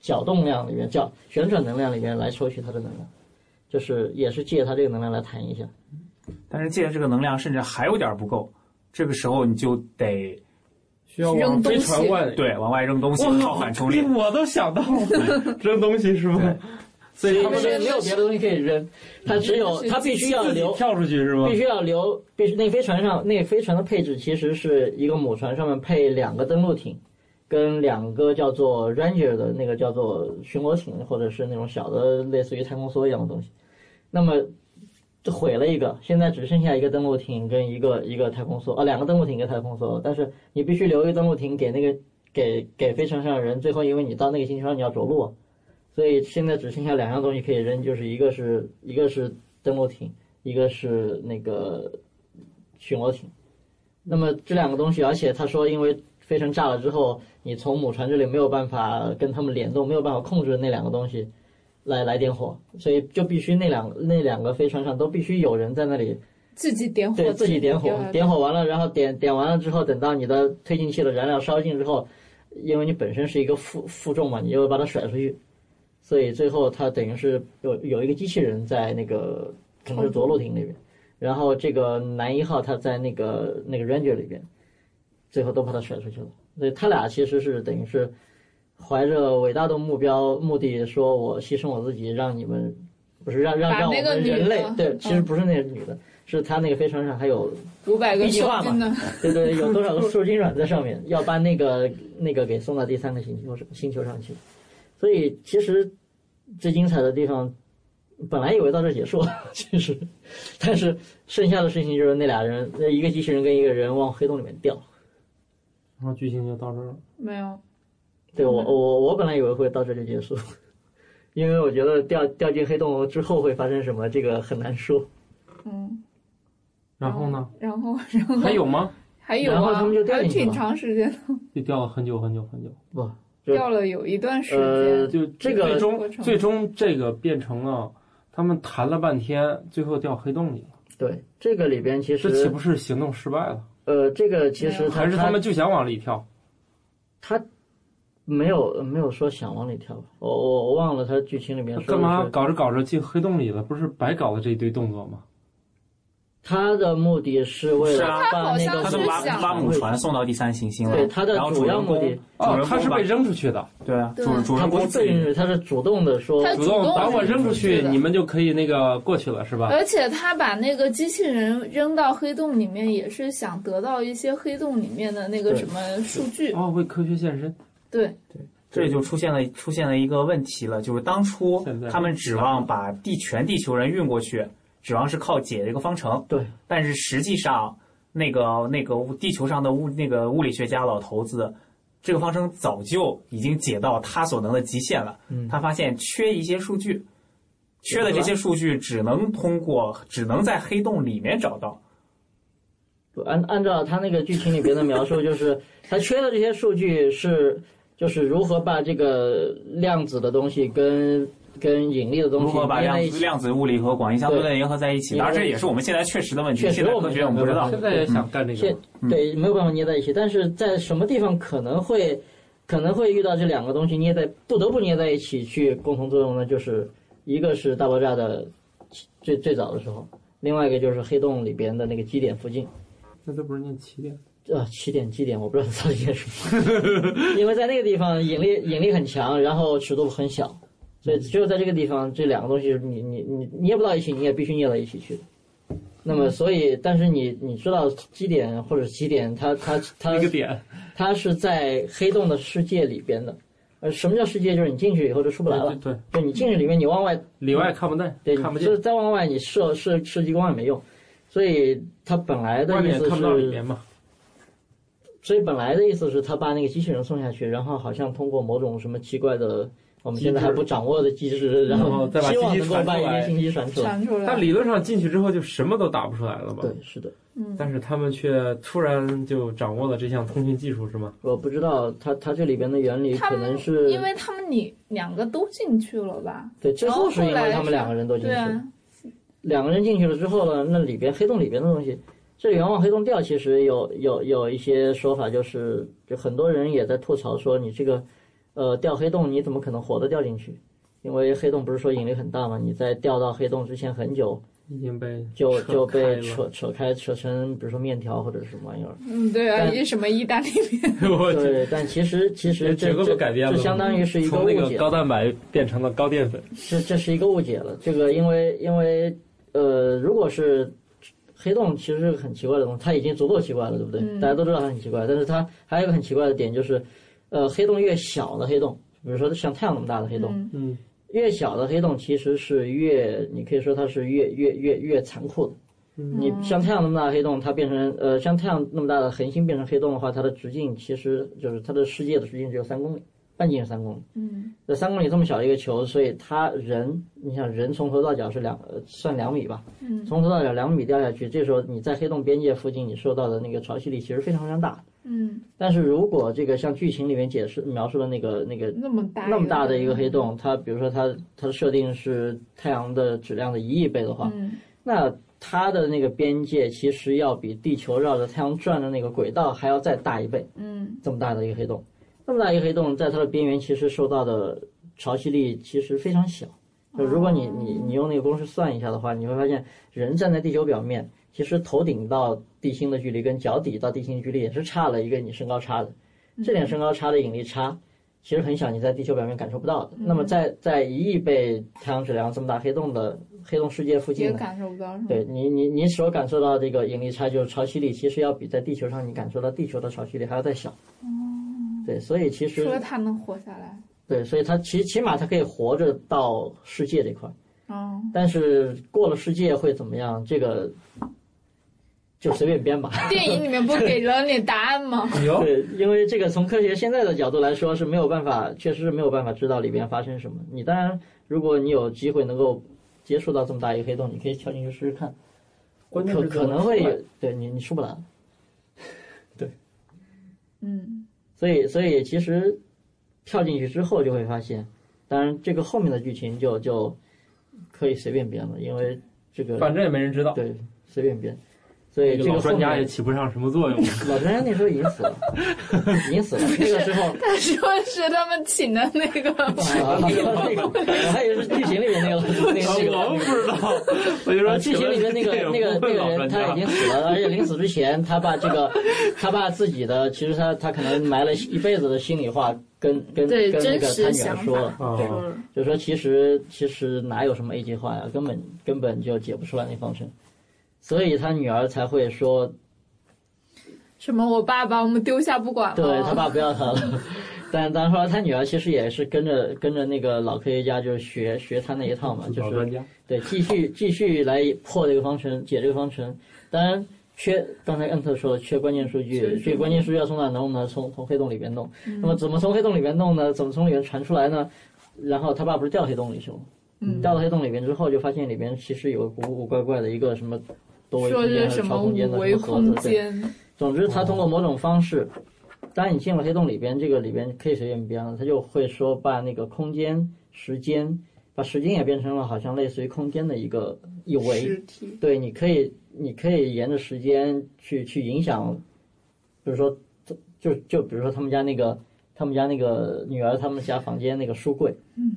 角动量里面角旋转能量里面来抽取它的能量，就是也是借它这个能量来弹一下。
但是借这个能量甚至还有点不够，这个时候你就得
需要往飞船外
对往外扔东西，造反
靠
抽猎。
我都想到 了扔东西是吗？
所以他们
这个
没有别的东西可以扔，它只有它必须要
自己
留
跳出去是吗
必？须要留，必须那个飞船上那个飞船的配置其实是一个母船上面配两个登陆艇，跟两个叫做 Ranger 的那个叫做巡逻艇，或者是那种小的类似于太空梭一样的东西。那么就毁了一个，现在只剩下一个登陆艇跟一个一个太空梭，啊，两个登陆艇跟太空梭了。但是你必须留一个登陆艇给那个给给飞船上的人，最后因为你到那个星球上你要着陆啊，所以现在只剩下两样东西可以扔，就是一个是一个是登陆艇。一个是那个巡逻艇。那么这两个东西，而且他说，因为飞船炸了之后，你从母船这里没有办法跟他们联动，没有办法控制那两个东西来来点火，所以就必须那两那两个飞船上都必须有人在那里
自己点火，
对自己点火，点
火，
火完了，然后点点完了之后，等到你的推进器的燃料烧尽之后，因为你本身是一个负负重嘛，你就会把它甩出去，所以最后它等于是有有一个机器人在那个可能是着陆艇里边，然后这个男一号他在那个那个 Ranger 里边，最后都把它甩出去了，所以他俩其实是等于是怀着伟大的目标目的，说我牺牲我自己，让你们不是让让
把
让我
那个
们
女
人类
的
对，
嗯
其实不是那个女的。是他那个飞船上还有，
五百个
一句
手
话嘛
真的，
对对，有多少个受精卵在上面，要把那个那个给送到第三个星球上星球上去。所以其实最精彩的地方，本来以为到这儿结束了， 其实，但是剩下的事情就是那俩人，那一个机器人跟一个人往黑洞里面掉。
然后剧情就到这儿了。
没有，
嗯
对我我我本来以为会到这就结束， 因为我觉得掉掉进黑洞之后会发生什么，这个很难说。
嗯，
然后呢？
然后然
嗯
后
还有吗？
还有
然后
啊，
他们就掉
还
进去
挺
了
长时间的，
就掉了很久很久很久。
不，就
掉了有一段时
呃，
间，
就这
最
个
过
终
程
最终这个变成了他们谈了半天，最后掉黑洞里了。
对这个里边其
这岂
实
不是行动失败了？
呃，这个其实它
还是他们就想往里跳？
没有没有说想往里跳吧，我我我忘了他剧情里面说
干
的
嘛
是
搞着搞着进黑洞里了？不是白搞了这一堆动作吗？
他的目的是为
是
了
啊
把那
他
个
他好
是
像是
把
想
把母船送到第三行星了，
对他的
然后
主
主
要
人
目
公
的，
主
哦
人，
他是
公
被
把
扔出去的，
对啊，
对
主主
他
人
不
公
是
自
被
己
扔，他是主动的说，
他
主
主
动
动
把我扔出
扔出
去，
去的
你们就可以那个过去了，是
哎
吧？
而且他把那个机器人扔到黑洞里面，也是想得到一些黑洞里面的那个
对
什么数据，
哦，为科学献身，
对，
这就出现了出现了一个问题了，就是当初
现在
他们指望把地全地球人运过去，指望是靠解这个方程，
对，
但是实际上那个那个物地球上的物那个物理学家老头子。这个方程早就已经解到他所能的极限了。
嗯
他发现缺一些数据，缺的这些数据只能通过，只能在黑洞里面找到。
按按照他那个剧情里边的描述，就是 他缺的这些数据是，就是如何把这个量子的东西跟跟引力的东
如
西
何把
连在
量
一
子
起。
量子物理和广义相对论结合在一起？
对
当然，这也是我们现在确实的问题。
确实
现在
我
科
们
学我们不知道
没有办法。
现在也想干这
现
个。
嗯
对没有办法捏在一起，但是在什么地方可能会可能会遇到这两个东西捏在不得不捏在一起去共同作用呢？就是一个是大爆炸的最最早的时候，另外一个就是黑洞里边的那个基点附近。
那这不是念起点？
呃，起点基点，我不知道它到底念什么，因为在那个地方引力引力很强，然后尺度很小，所以只有在这个地方，这两个东西你你你捏不到一起，你也必须捏到一起去。那么，所以，但是你你知道基点或者起点，它它它
一个点，
它是在黑洞的世界里边的。呃，什么叫世界？就是你进去以后就出不来
对
了。
对，
就你进去里面，你往外
里外看不见
对，，
看不
就
见
是，再往外你射射射激光也没用。所以它本来的
外
意
面
思
看不到里
是
面，嘛。
所以本来的意思是他把那个机器人送下去，然后好像通过某种什么奇怪的我们现在还不掌握的机制，然
然后
后
嗯再把
希望
信息
能够
传
把
出
一些
来
信息传出来。
传出来
但，理论上进去之后就什么都打不出来了吧？
啊对，是的，
嗯，
但是他们却突然就掌握了这项通讯技术，是吗？
我不知道它它这里边的原理
他
可
们
能是
因为他们你两个都进去了吧？
对，最后是因
然后后
为
来
他们两个人都进
对
去了，
啊，
两个人进去了之后呢，那里边黑洞里边的东西这远望黑洞调其实有有有一些说法，就是就很多人也在吐槽说你这个，呃，掉黑洞你怎么可能活得掉进去？因为黑洞不是说引力很大嘛，你在掉到黑洞之前很久
已经被
就
扯
就
开
被
了
扯扯开扯成，比如说面条或者是什么玩意儿。
嗯，对啊，
但
一什么意大利面，
我去
对，但其实其实这
结构
这
改变了
这相当于是一个
从
误
那个
解。
高蛋白变成了高淀粉，
这这是一个误解了。这个因为因为呃，如果是黑洞，其实是个很奇怪的东西，它已经足够奇怪了，对不对？大家都知道它很奇怪，但是它还有一个很奇怪的点就是，呃，黑洞越小的黑洞，比如说像太阳那么大的黑洞，
嗯
嗯，
越小的黑洞其实是越，你可以说它是越越越越残酷的。你像太阳那么大的黑洞，它变成呃，像太阳那么大的恒星变成黑洞的话，它的直径其实就是它的世界的直径只有三公里，半径是三公里。
嗯
这三公里这么小一个球，所以它人，你想人从头到脚是两，呃算两米吧，
嗯
从头到脚两米掉下去，这时候你在黑洞边界附近，你受到的那个潮汐力其实非常非常大。
嗯，
但是如果这个像剧情里面解释描述的那个那个
嗯那么大啊
那么大的一个黑，洞，它比如说它它的设定是太阳的质量的一亿倍的话，
嗯
那它的那个边界其实要比地球绕着太阳转的那个轨道还要再大一倍。
嗯
这么大的一个黑洞，这么大一个黑洞，在它的边缘其实受到的潮汐力其实非常小。就如果你
哦
你你用那个公式算一下的话，你会发现人站在地球表面，其实头顶到地心的距离跟脚底到地心的距离也是差了一个你身高差的，
嗯
这点身高差的引力差。其实很小，你在地球表面感受不到的。那
嗯
么在，在一亿倍太阳质量这么大黑洞的黑洞世界附
也
近呢，
感受不到是吗？
对你，你你所感受到这个引力差，就是潮汐力，其实要比在地球上你感受到地球的潮汐力还要再小。对，所以其实
哦说他能活下来，
对，所以它起起码它可以活着到世界这块儿，
哦，
但是过了世界会怎么样？这个就随便编吧。
电影里面不给了你答案吗？
哟，
对，因为这个从科学现在的角度来说是没有办法，确实是没有办法知道里边发生什么。你当然，如果你有机会能够接触到这么大一个黑洞，你可以跳进去试试看，
关键
可
是
可能会有对你你出不来。
嗯
所以，所以其实跳进去之后就会发现，当然这个后面的剧情就就可以随便编了，因为这个
反正也没人知道，
对随便编，所以
那
这
个
个
老专
后
家
面
也起不上什么作用。
老专家那时候已经死了，已经 死了。那个时候，
他说是他们请的那 个，
啊那个我还以为是剧情里面那个那个 那个
我不知道，我就 说
剧情里面那个那个那个人他已经死了，而且临死之前，他把这个，他把自己的，其实他他可能埋了一辈子的心里话，跟跟
对
跟那个
真实
他女
想
儿
法
说了，对
哦，
就说其实其实哪有什么 A 计划呀，根本根本就解不出来那方程，所以他女儿才会说，
什么我爸把我们丢下不管了，
对他爸不要他了。但但后来他女儿其实也是跟着跟着那个老科学家，就是学学他那一套嘛，就
老
是
专家，
对，继续继续来破这个方程，解这个方程。当然缺，刚才恩特说了，缺关键数
缺
据，
数
这个关键数据要从哪弄呢？从从黑洞里面弄。
嗯
那么怎么从黑洞里面弄呢？怎么从里面传出来呢？然后他爸不是掉黑洞里去了吗？
嗯
掉到黑洞里面之后，就发现里面其实有个古古怪怪的一个什么多维
说
空间
是
还
什
是
么
超空间
五
的
维
什么盒子
空。
对
间，
总之，他通过某种方式，当你进了黑洞里边，这个里边可以随便编了，他就会说把那个空间、时间，把时间也变成了好像类似于空间的一个一
实
维。
体，
对，你可以，你可以沿着时间去去影响，比如说，就就比如说他们家那个。他们家那个女儿，他们家房间那个书柜，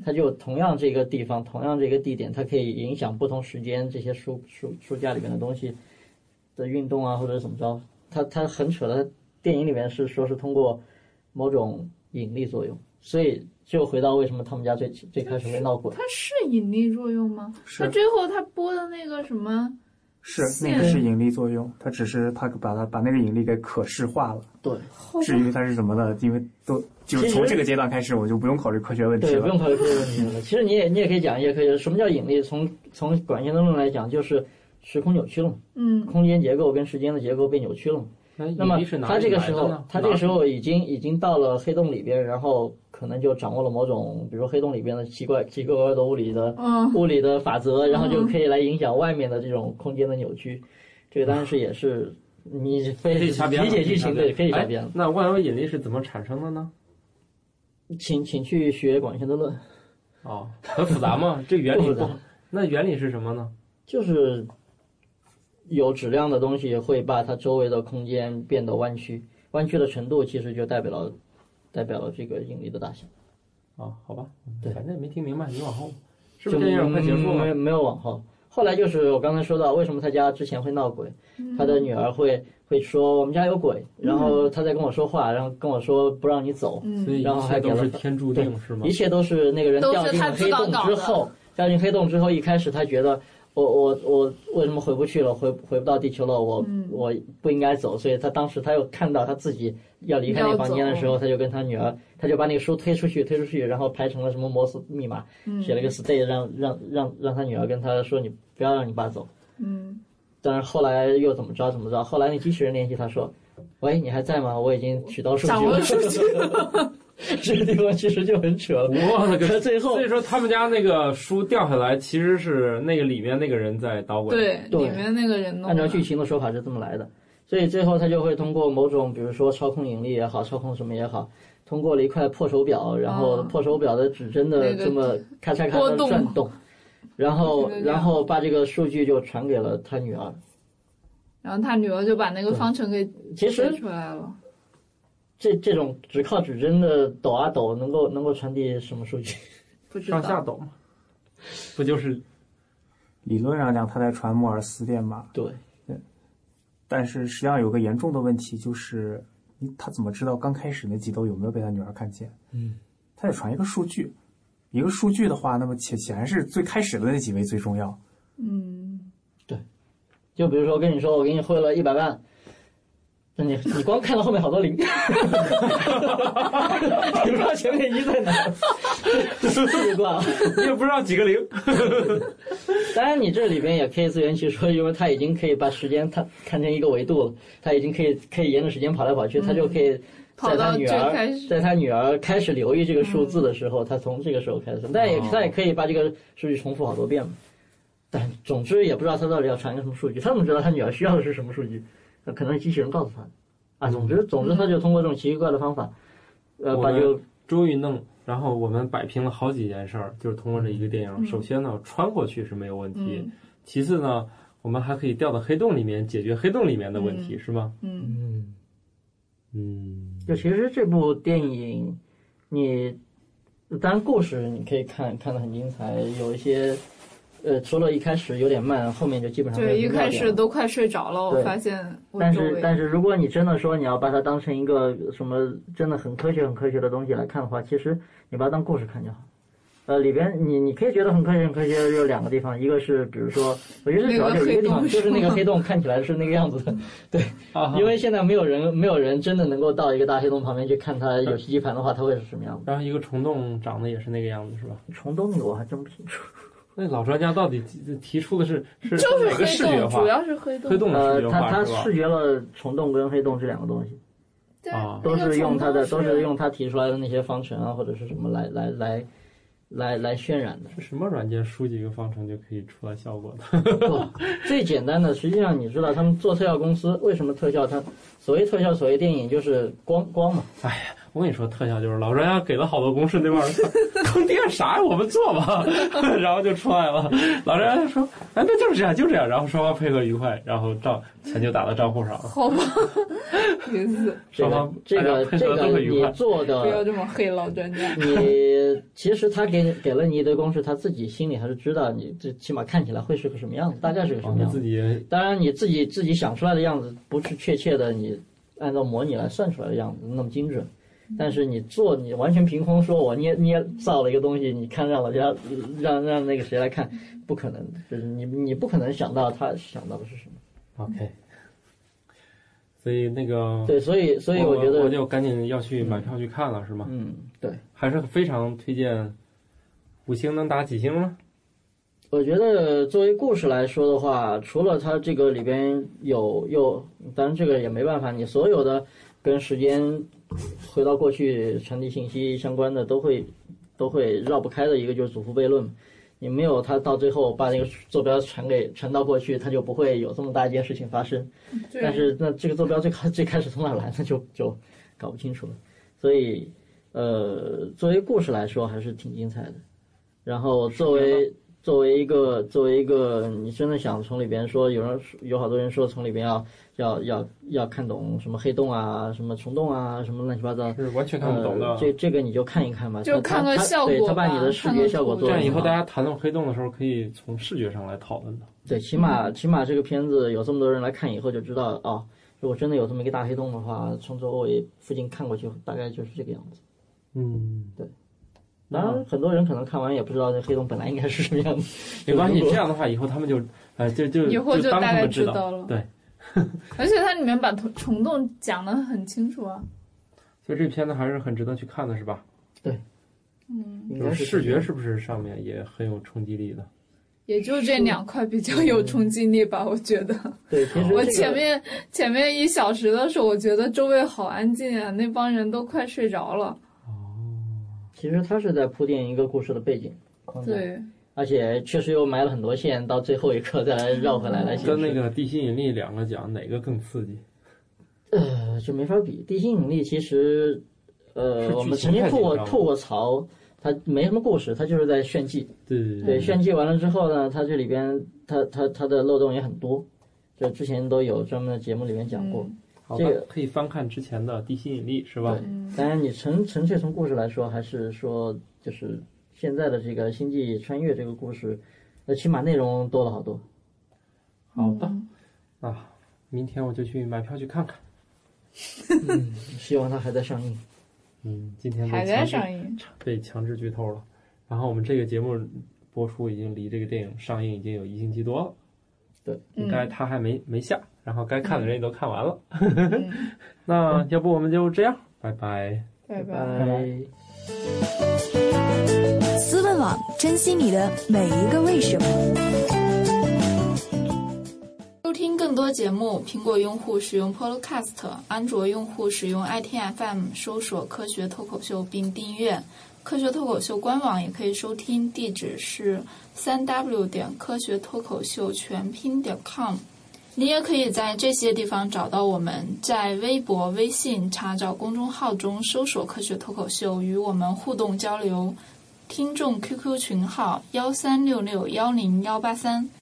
它就同样这个地方，同样这个地点，它可以影响不同时间这些书书书架里面的东西的运动啊，或者怎么着，它它很扯的。它电影里面是说是通过某种引力作用，所以就回到为什么他们家最最开始会闹鬼
它。是引力作用吗？
是
它最后它播的那个什么，
是那个是引力作用，它只是它把它把那个引力给可视化了。
对
至于它是什么呢？因为都就是从这个阶段开始，我就不用考虑科学问题
对，不
了。
用考虑科学问题了。其实你也你也可以讲一些科学，什么叫引力？从从管线的论来讲，就是时空扭曲了嘛，
嗯
空间结构跟时间的结构被扭曲了嘛。那么他这个时候，他这个时候已经已经到了黑洞里边，然后可能就掌握了某种，比如说黑洞里边的奇怪、奇奇怪怪的物理的
嗯
物理的法则，然后就可以来影响外面的这种空间的扭曲。这个当然是也是你非
可以瞎编
理
了，
解剧情对，可以瞎编
哎
了。
那万有引力是怎么产生的呢？
请请去学广义相对论，
哦， 很复杂吗？这原理
不复杂
那原理是什么呢？
就是有质量的东西会把它周围的空间变得弯曲，弯曲的程度其实就代表了代表了这个引力的大小。
啊，好吧，
对
反正也没听明白，你往后是不
就是
电影快结束
没
了？
没有往后。后来就是我刚才说到，为什么他家之前会闹鬼，
嗯
他的女儿会会说我们家有鬼，然后他在跟我说话，然后跟我说不让你走，
嗯
所以一
嗯然后
切
还给
都
了
是天注定是吗
一？切都是那个人
都是
掉进
他
了
自
黑
搞
洞
搞
之
的
后，掉进黑洞之后，一开始他觉得我我我为什么回不去了，回回不到地球了，我、
嗯
我不应该走，所以他当时他又看到他自己要离开那
要
个房间的
走哦
时候，他就跟他女儿，他就把那个书推出去，推出去，然后排成了什么摩斯密码，
嗯
写了一个 stay，让让让让他女儿跟他说你不要让你爸走，
嗯，
但是后来又怎么着怎么着，后来那机器人联系他说。喂，你还在吗？我已经取到数
掌
据
握
了。
了数据
这个地方其实就很扯了。
我的
他
个！
最后
所以说他们家那个书掉下来，其实是那个里面那个人在捣鬼。，
对，
对
里面那个人弄的
按照剧情的说法是这么来的，所以最后他就会通过某种，比如说操控引力也好，操控什么也好，通过了一块破手表，然后
嗯
破手表的指针的
那个
这么咔嚓咔
波
嚓
动
转动，然后
这个样子
然后把这个数据就传给了他女儿。
然后他女儿就把那个方程给
其
写
实
出来了。
这这种只靠指针的抖啊抖，能够能够传递什么数据？
不知
上下
道，
抖嘛，不就是
理论上讲，他在传莫尔斯电码，
对，
但是实际上有个严重的问题就是，你他怎么知道刚开始那几斗有没有被他女儿看见？嗯，他得传一个数据，一个数据的话，那么显显然是最开始的那几位最重要。
嗯，
就比如说跟你说，我给你汇了一百万。那你你光看到后面好多零，你 不知道前面一在哪儿， 奇怪。
你也不知道几个零？
当然，你这里边也可以自圆其说，因为它已经可以把时间它看成一个维度了，它已经可以可以沿着时间跑来跑去，它就可以在
跑到
他女
最
儿
开始
在他女儿开始留意这个数字的时候，他从这个时候开始，但也
嗯哦
他也可以把这个数据重复好多遍嘛。但总之也不知道他到底要传一个什么数据，他怎么知道他女儿需要的是什么数据？那可能是机器人告诉他的啊。总之，总之他就通过这种奇奇怪怪的方法，呃，
我
把这个
终于弄，然后我们摆平了好几件事儿，就是通过这一个电影。首先呢，穿过去是没有问题
嗯，
其次呢，我们还可以掉到黑洞里面解决黑洞里面的问题，是吗？
嗯
嗯，
嗯，
就其实这部电影，你当然故事你可以看看得很精彩，有一些呃，除了一开始有点慢，后面就基本上没有
对，一
什么亮
开
点
始都快睡着了，我
对
发现我
但
周
是
围，
但是如果你真的说你要把它当成一个什么真的很科学、很科学的东西来看的话，其实你把它当故事看就好。呃，里边你你可以觉得很科学、很科学，有两个地方，一个是比如说，我觉得主要就一个地方，
那个
就
黑洞
是那
是
个
吗
黑洞看起来是那个样子的，对，
啊
因为现在没有人没有人真的能够到一个大黑洞旁边去看它有吸积盘的话，它会是什么样子？
然后一个虫洞长得也是那个样子，是吧？
虫洞那个我还真不清楚。
那老专家到底提出的是是
就是
哪个
黑
视觉
洞，
化
主？要是黑洞。
黑洞的
呃
视，觉
他
化
他
是吧
视？觉了虫洞跟黑洞这两个东西，
对
啊
都是用他的
那个虫
都
洞
是用他提出来的那些方程啊或者是什么来来来来来渲染的。
是什么软件输几个方程就可以出来效果的？
不，最简单的，实际上你知道他们做特效公司为什么特效它？所谓特效，所谓电影就是光光嘛，
我跟你说，特效就是老专家给了好多公式，那帮人看 坑爹啥呀？我们做吧， 然后就出来了。老专家就说：“哎，那就是这样，就这样。”然后双方配合愉快，然后账钱就打到账户上了。
好吧，意思
双
这个
方
这
大
个
家配
这
合都
个
很愉
你
快
做
不要
的，
这么黑老专
嗯
家。
你其实他给给了你一堆公式，他自己心里还是知道你最起码看起来会是个什么样子，大概是个什
我
么
们
样子
哦自。己
当然你自己自己想出来的样子，不是确切的你按照模拟来算出来的样子那么精准。但是你做你完全凭空说我捏捏造了一个东西，你看让老家让让那个谁来看，不可能，就是你你不可能想到他想到的是什么。
OK。所以那个，
对，所以所以
我
我觉
我
得，
就赶紧要去买票去看了，是吗？
嗯，对，
还是非常推荐。五星能打几星呢？
我觉得作为故事来说的话，除了它这个里边有有，当然这个也没办法，你所有的跟时间回到过去传递信息相关的都会都会绕不开的一个就是祖父悖论嘛。你没有它到最后把那个坐标传给传到过去，它就不会有这么大一件事情发生。但是那这个坐标最开最开始从哪来，那就就搞不清楚了。所以，呃，作为故事来说还是挺精彩的。然后作为作为一个作为一个，你真的想从里边说，有人有好多人说从里边要要要要看懂什么黑洞啊，什么虫洞啊，什么乱七八糟。
是完全看不懂的
呃。这这个你就看一看吧，
就
他
看个
他
效
对
果
他把
吧
你的视
看
觉
个
效果
图
做
这
得
样以
很
后
好
大家谈论黑洞的时候，可以从视觉上来讨论的。
对，起码
嗯
起码这个片子有这么多人来看以后就知道哦，如果真的有这么一个大黑洞的话，从头我也附近看过去，大概就是这个样子。
嗯，
当然，很多人可能看完也不知道这黑洞本来应该是什么样子，
没关系，
就如
这
果
样的话以后他们就，呃，就就
以后
就
大
当他
概
们知道。
道了。
对，
而且它里面把虫虫洞讲得很清楚啊。
所以这片子还是很值得去看的，是吧？
嗯，
应
就
该
是
是
视觉是不是上面也很有冲击力的？
也就这两块比较有冲击力吧，我觉得。
对，嗯其实、这个、
我前面前面一小时的时候，我觉得周围好安静啊，那帮人都快睡着了。
哦其实它是在铺垫一个故事的背景框架，，
对，
而且确实又埋了很多线，到最后一刻再来绕回来来解
嗯
释，
跟那个《地心引力》两个讲哪个更刺激？
呃就没法比。地心引力其实，
是
呃，
剧
我们
情
曾经
太
吐过
紧张了
吐过槽，它没什么故事，它就是在炫技。
对对
对，炫技完了之后呢，它这里边它它它的漏洞也很多，这之前都有专门的节目里面讲过。
嗯
好，
这
大
个
家可以翻看之前的《地心引力》，是吧？
嗯
当然，你纯纯粹从故事来说，还是说就是现在的这个星际穿越这个故事，那起码内容多了好多。
好的，
嗯
啊，明天我就去买票去看看。
希望它还在上映。
嗯，今天被
还在
强制
上映。
被强制剧透了。然后我们这个节目播出已经离这个电影上映已经有一星期多了，应该
嗯，
它还没没下，然后该看的人也都看完了。
嗯
那要不我们就这样，拜拜。
拜拜。
拜。
思问网珍惜你的每一个为什么。
收听更多节目，苹果用户使用 Podcast，安卓用户使用 ITFM 搜索“科学脱口秀”并订阅。科学脱口秀官网也可以收听，地址是三 w 点科学脱口秀全拼点 com。你也可以在这些地方找到我们，在微博、微信查找公众号中搜索“科学脱口秀”，与我们互动交流。听众 QQ 群号：幺三六六幺零幺八三。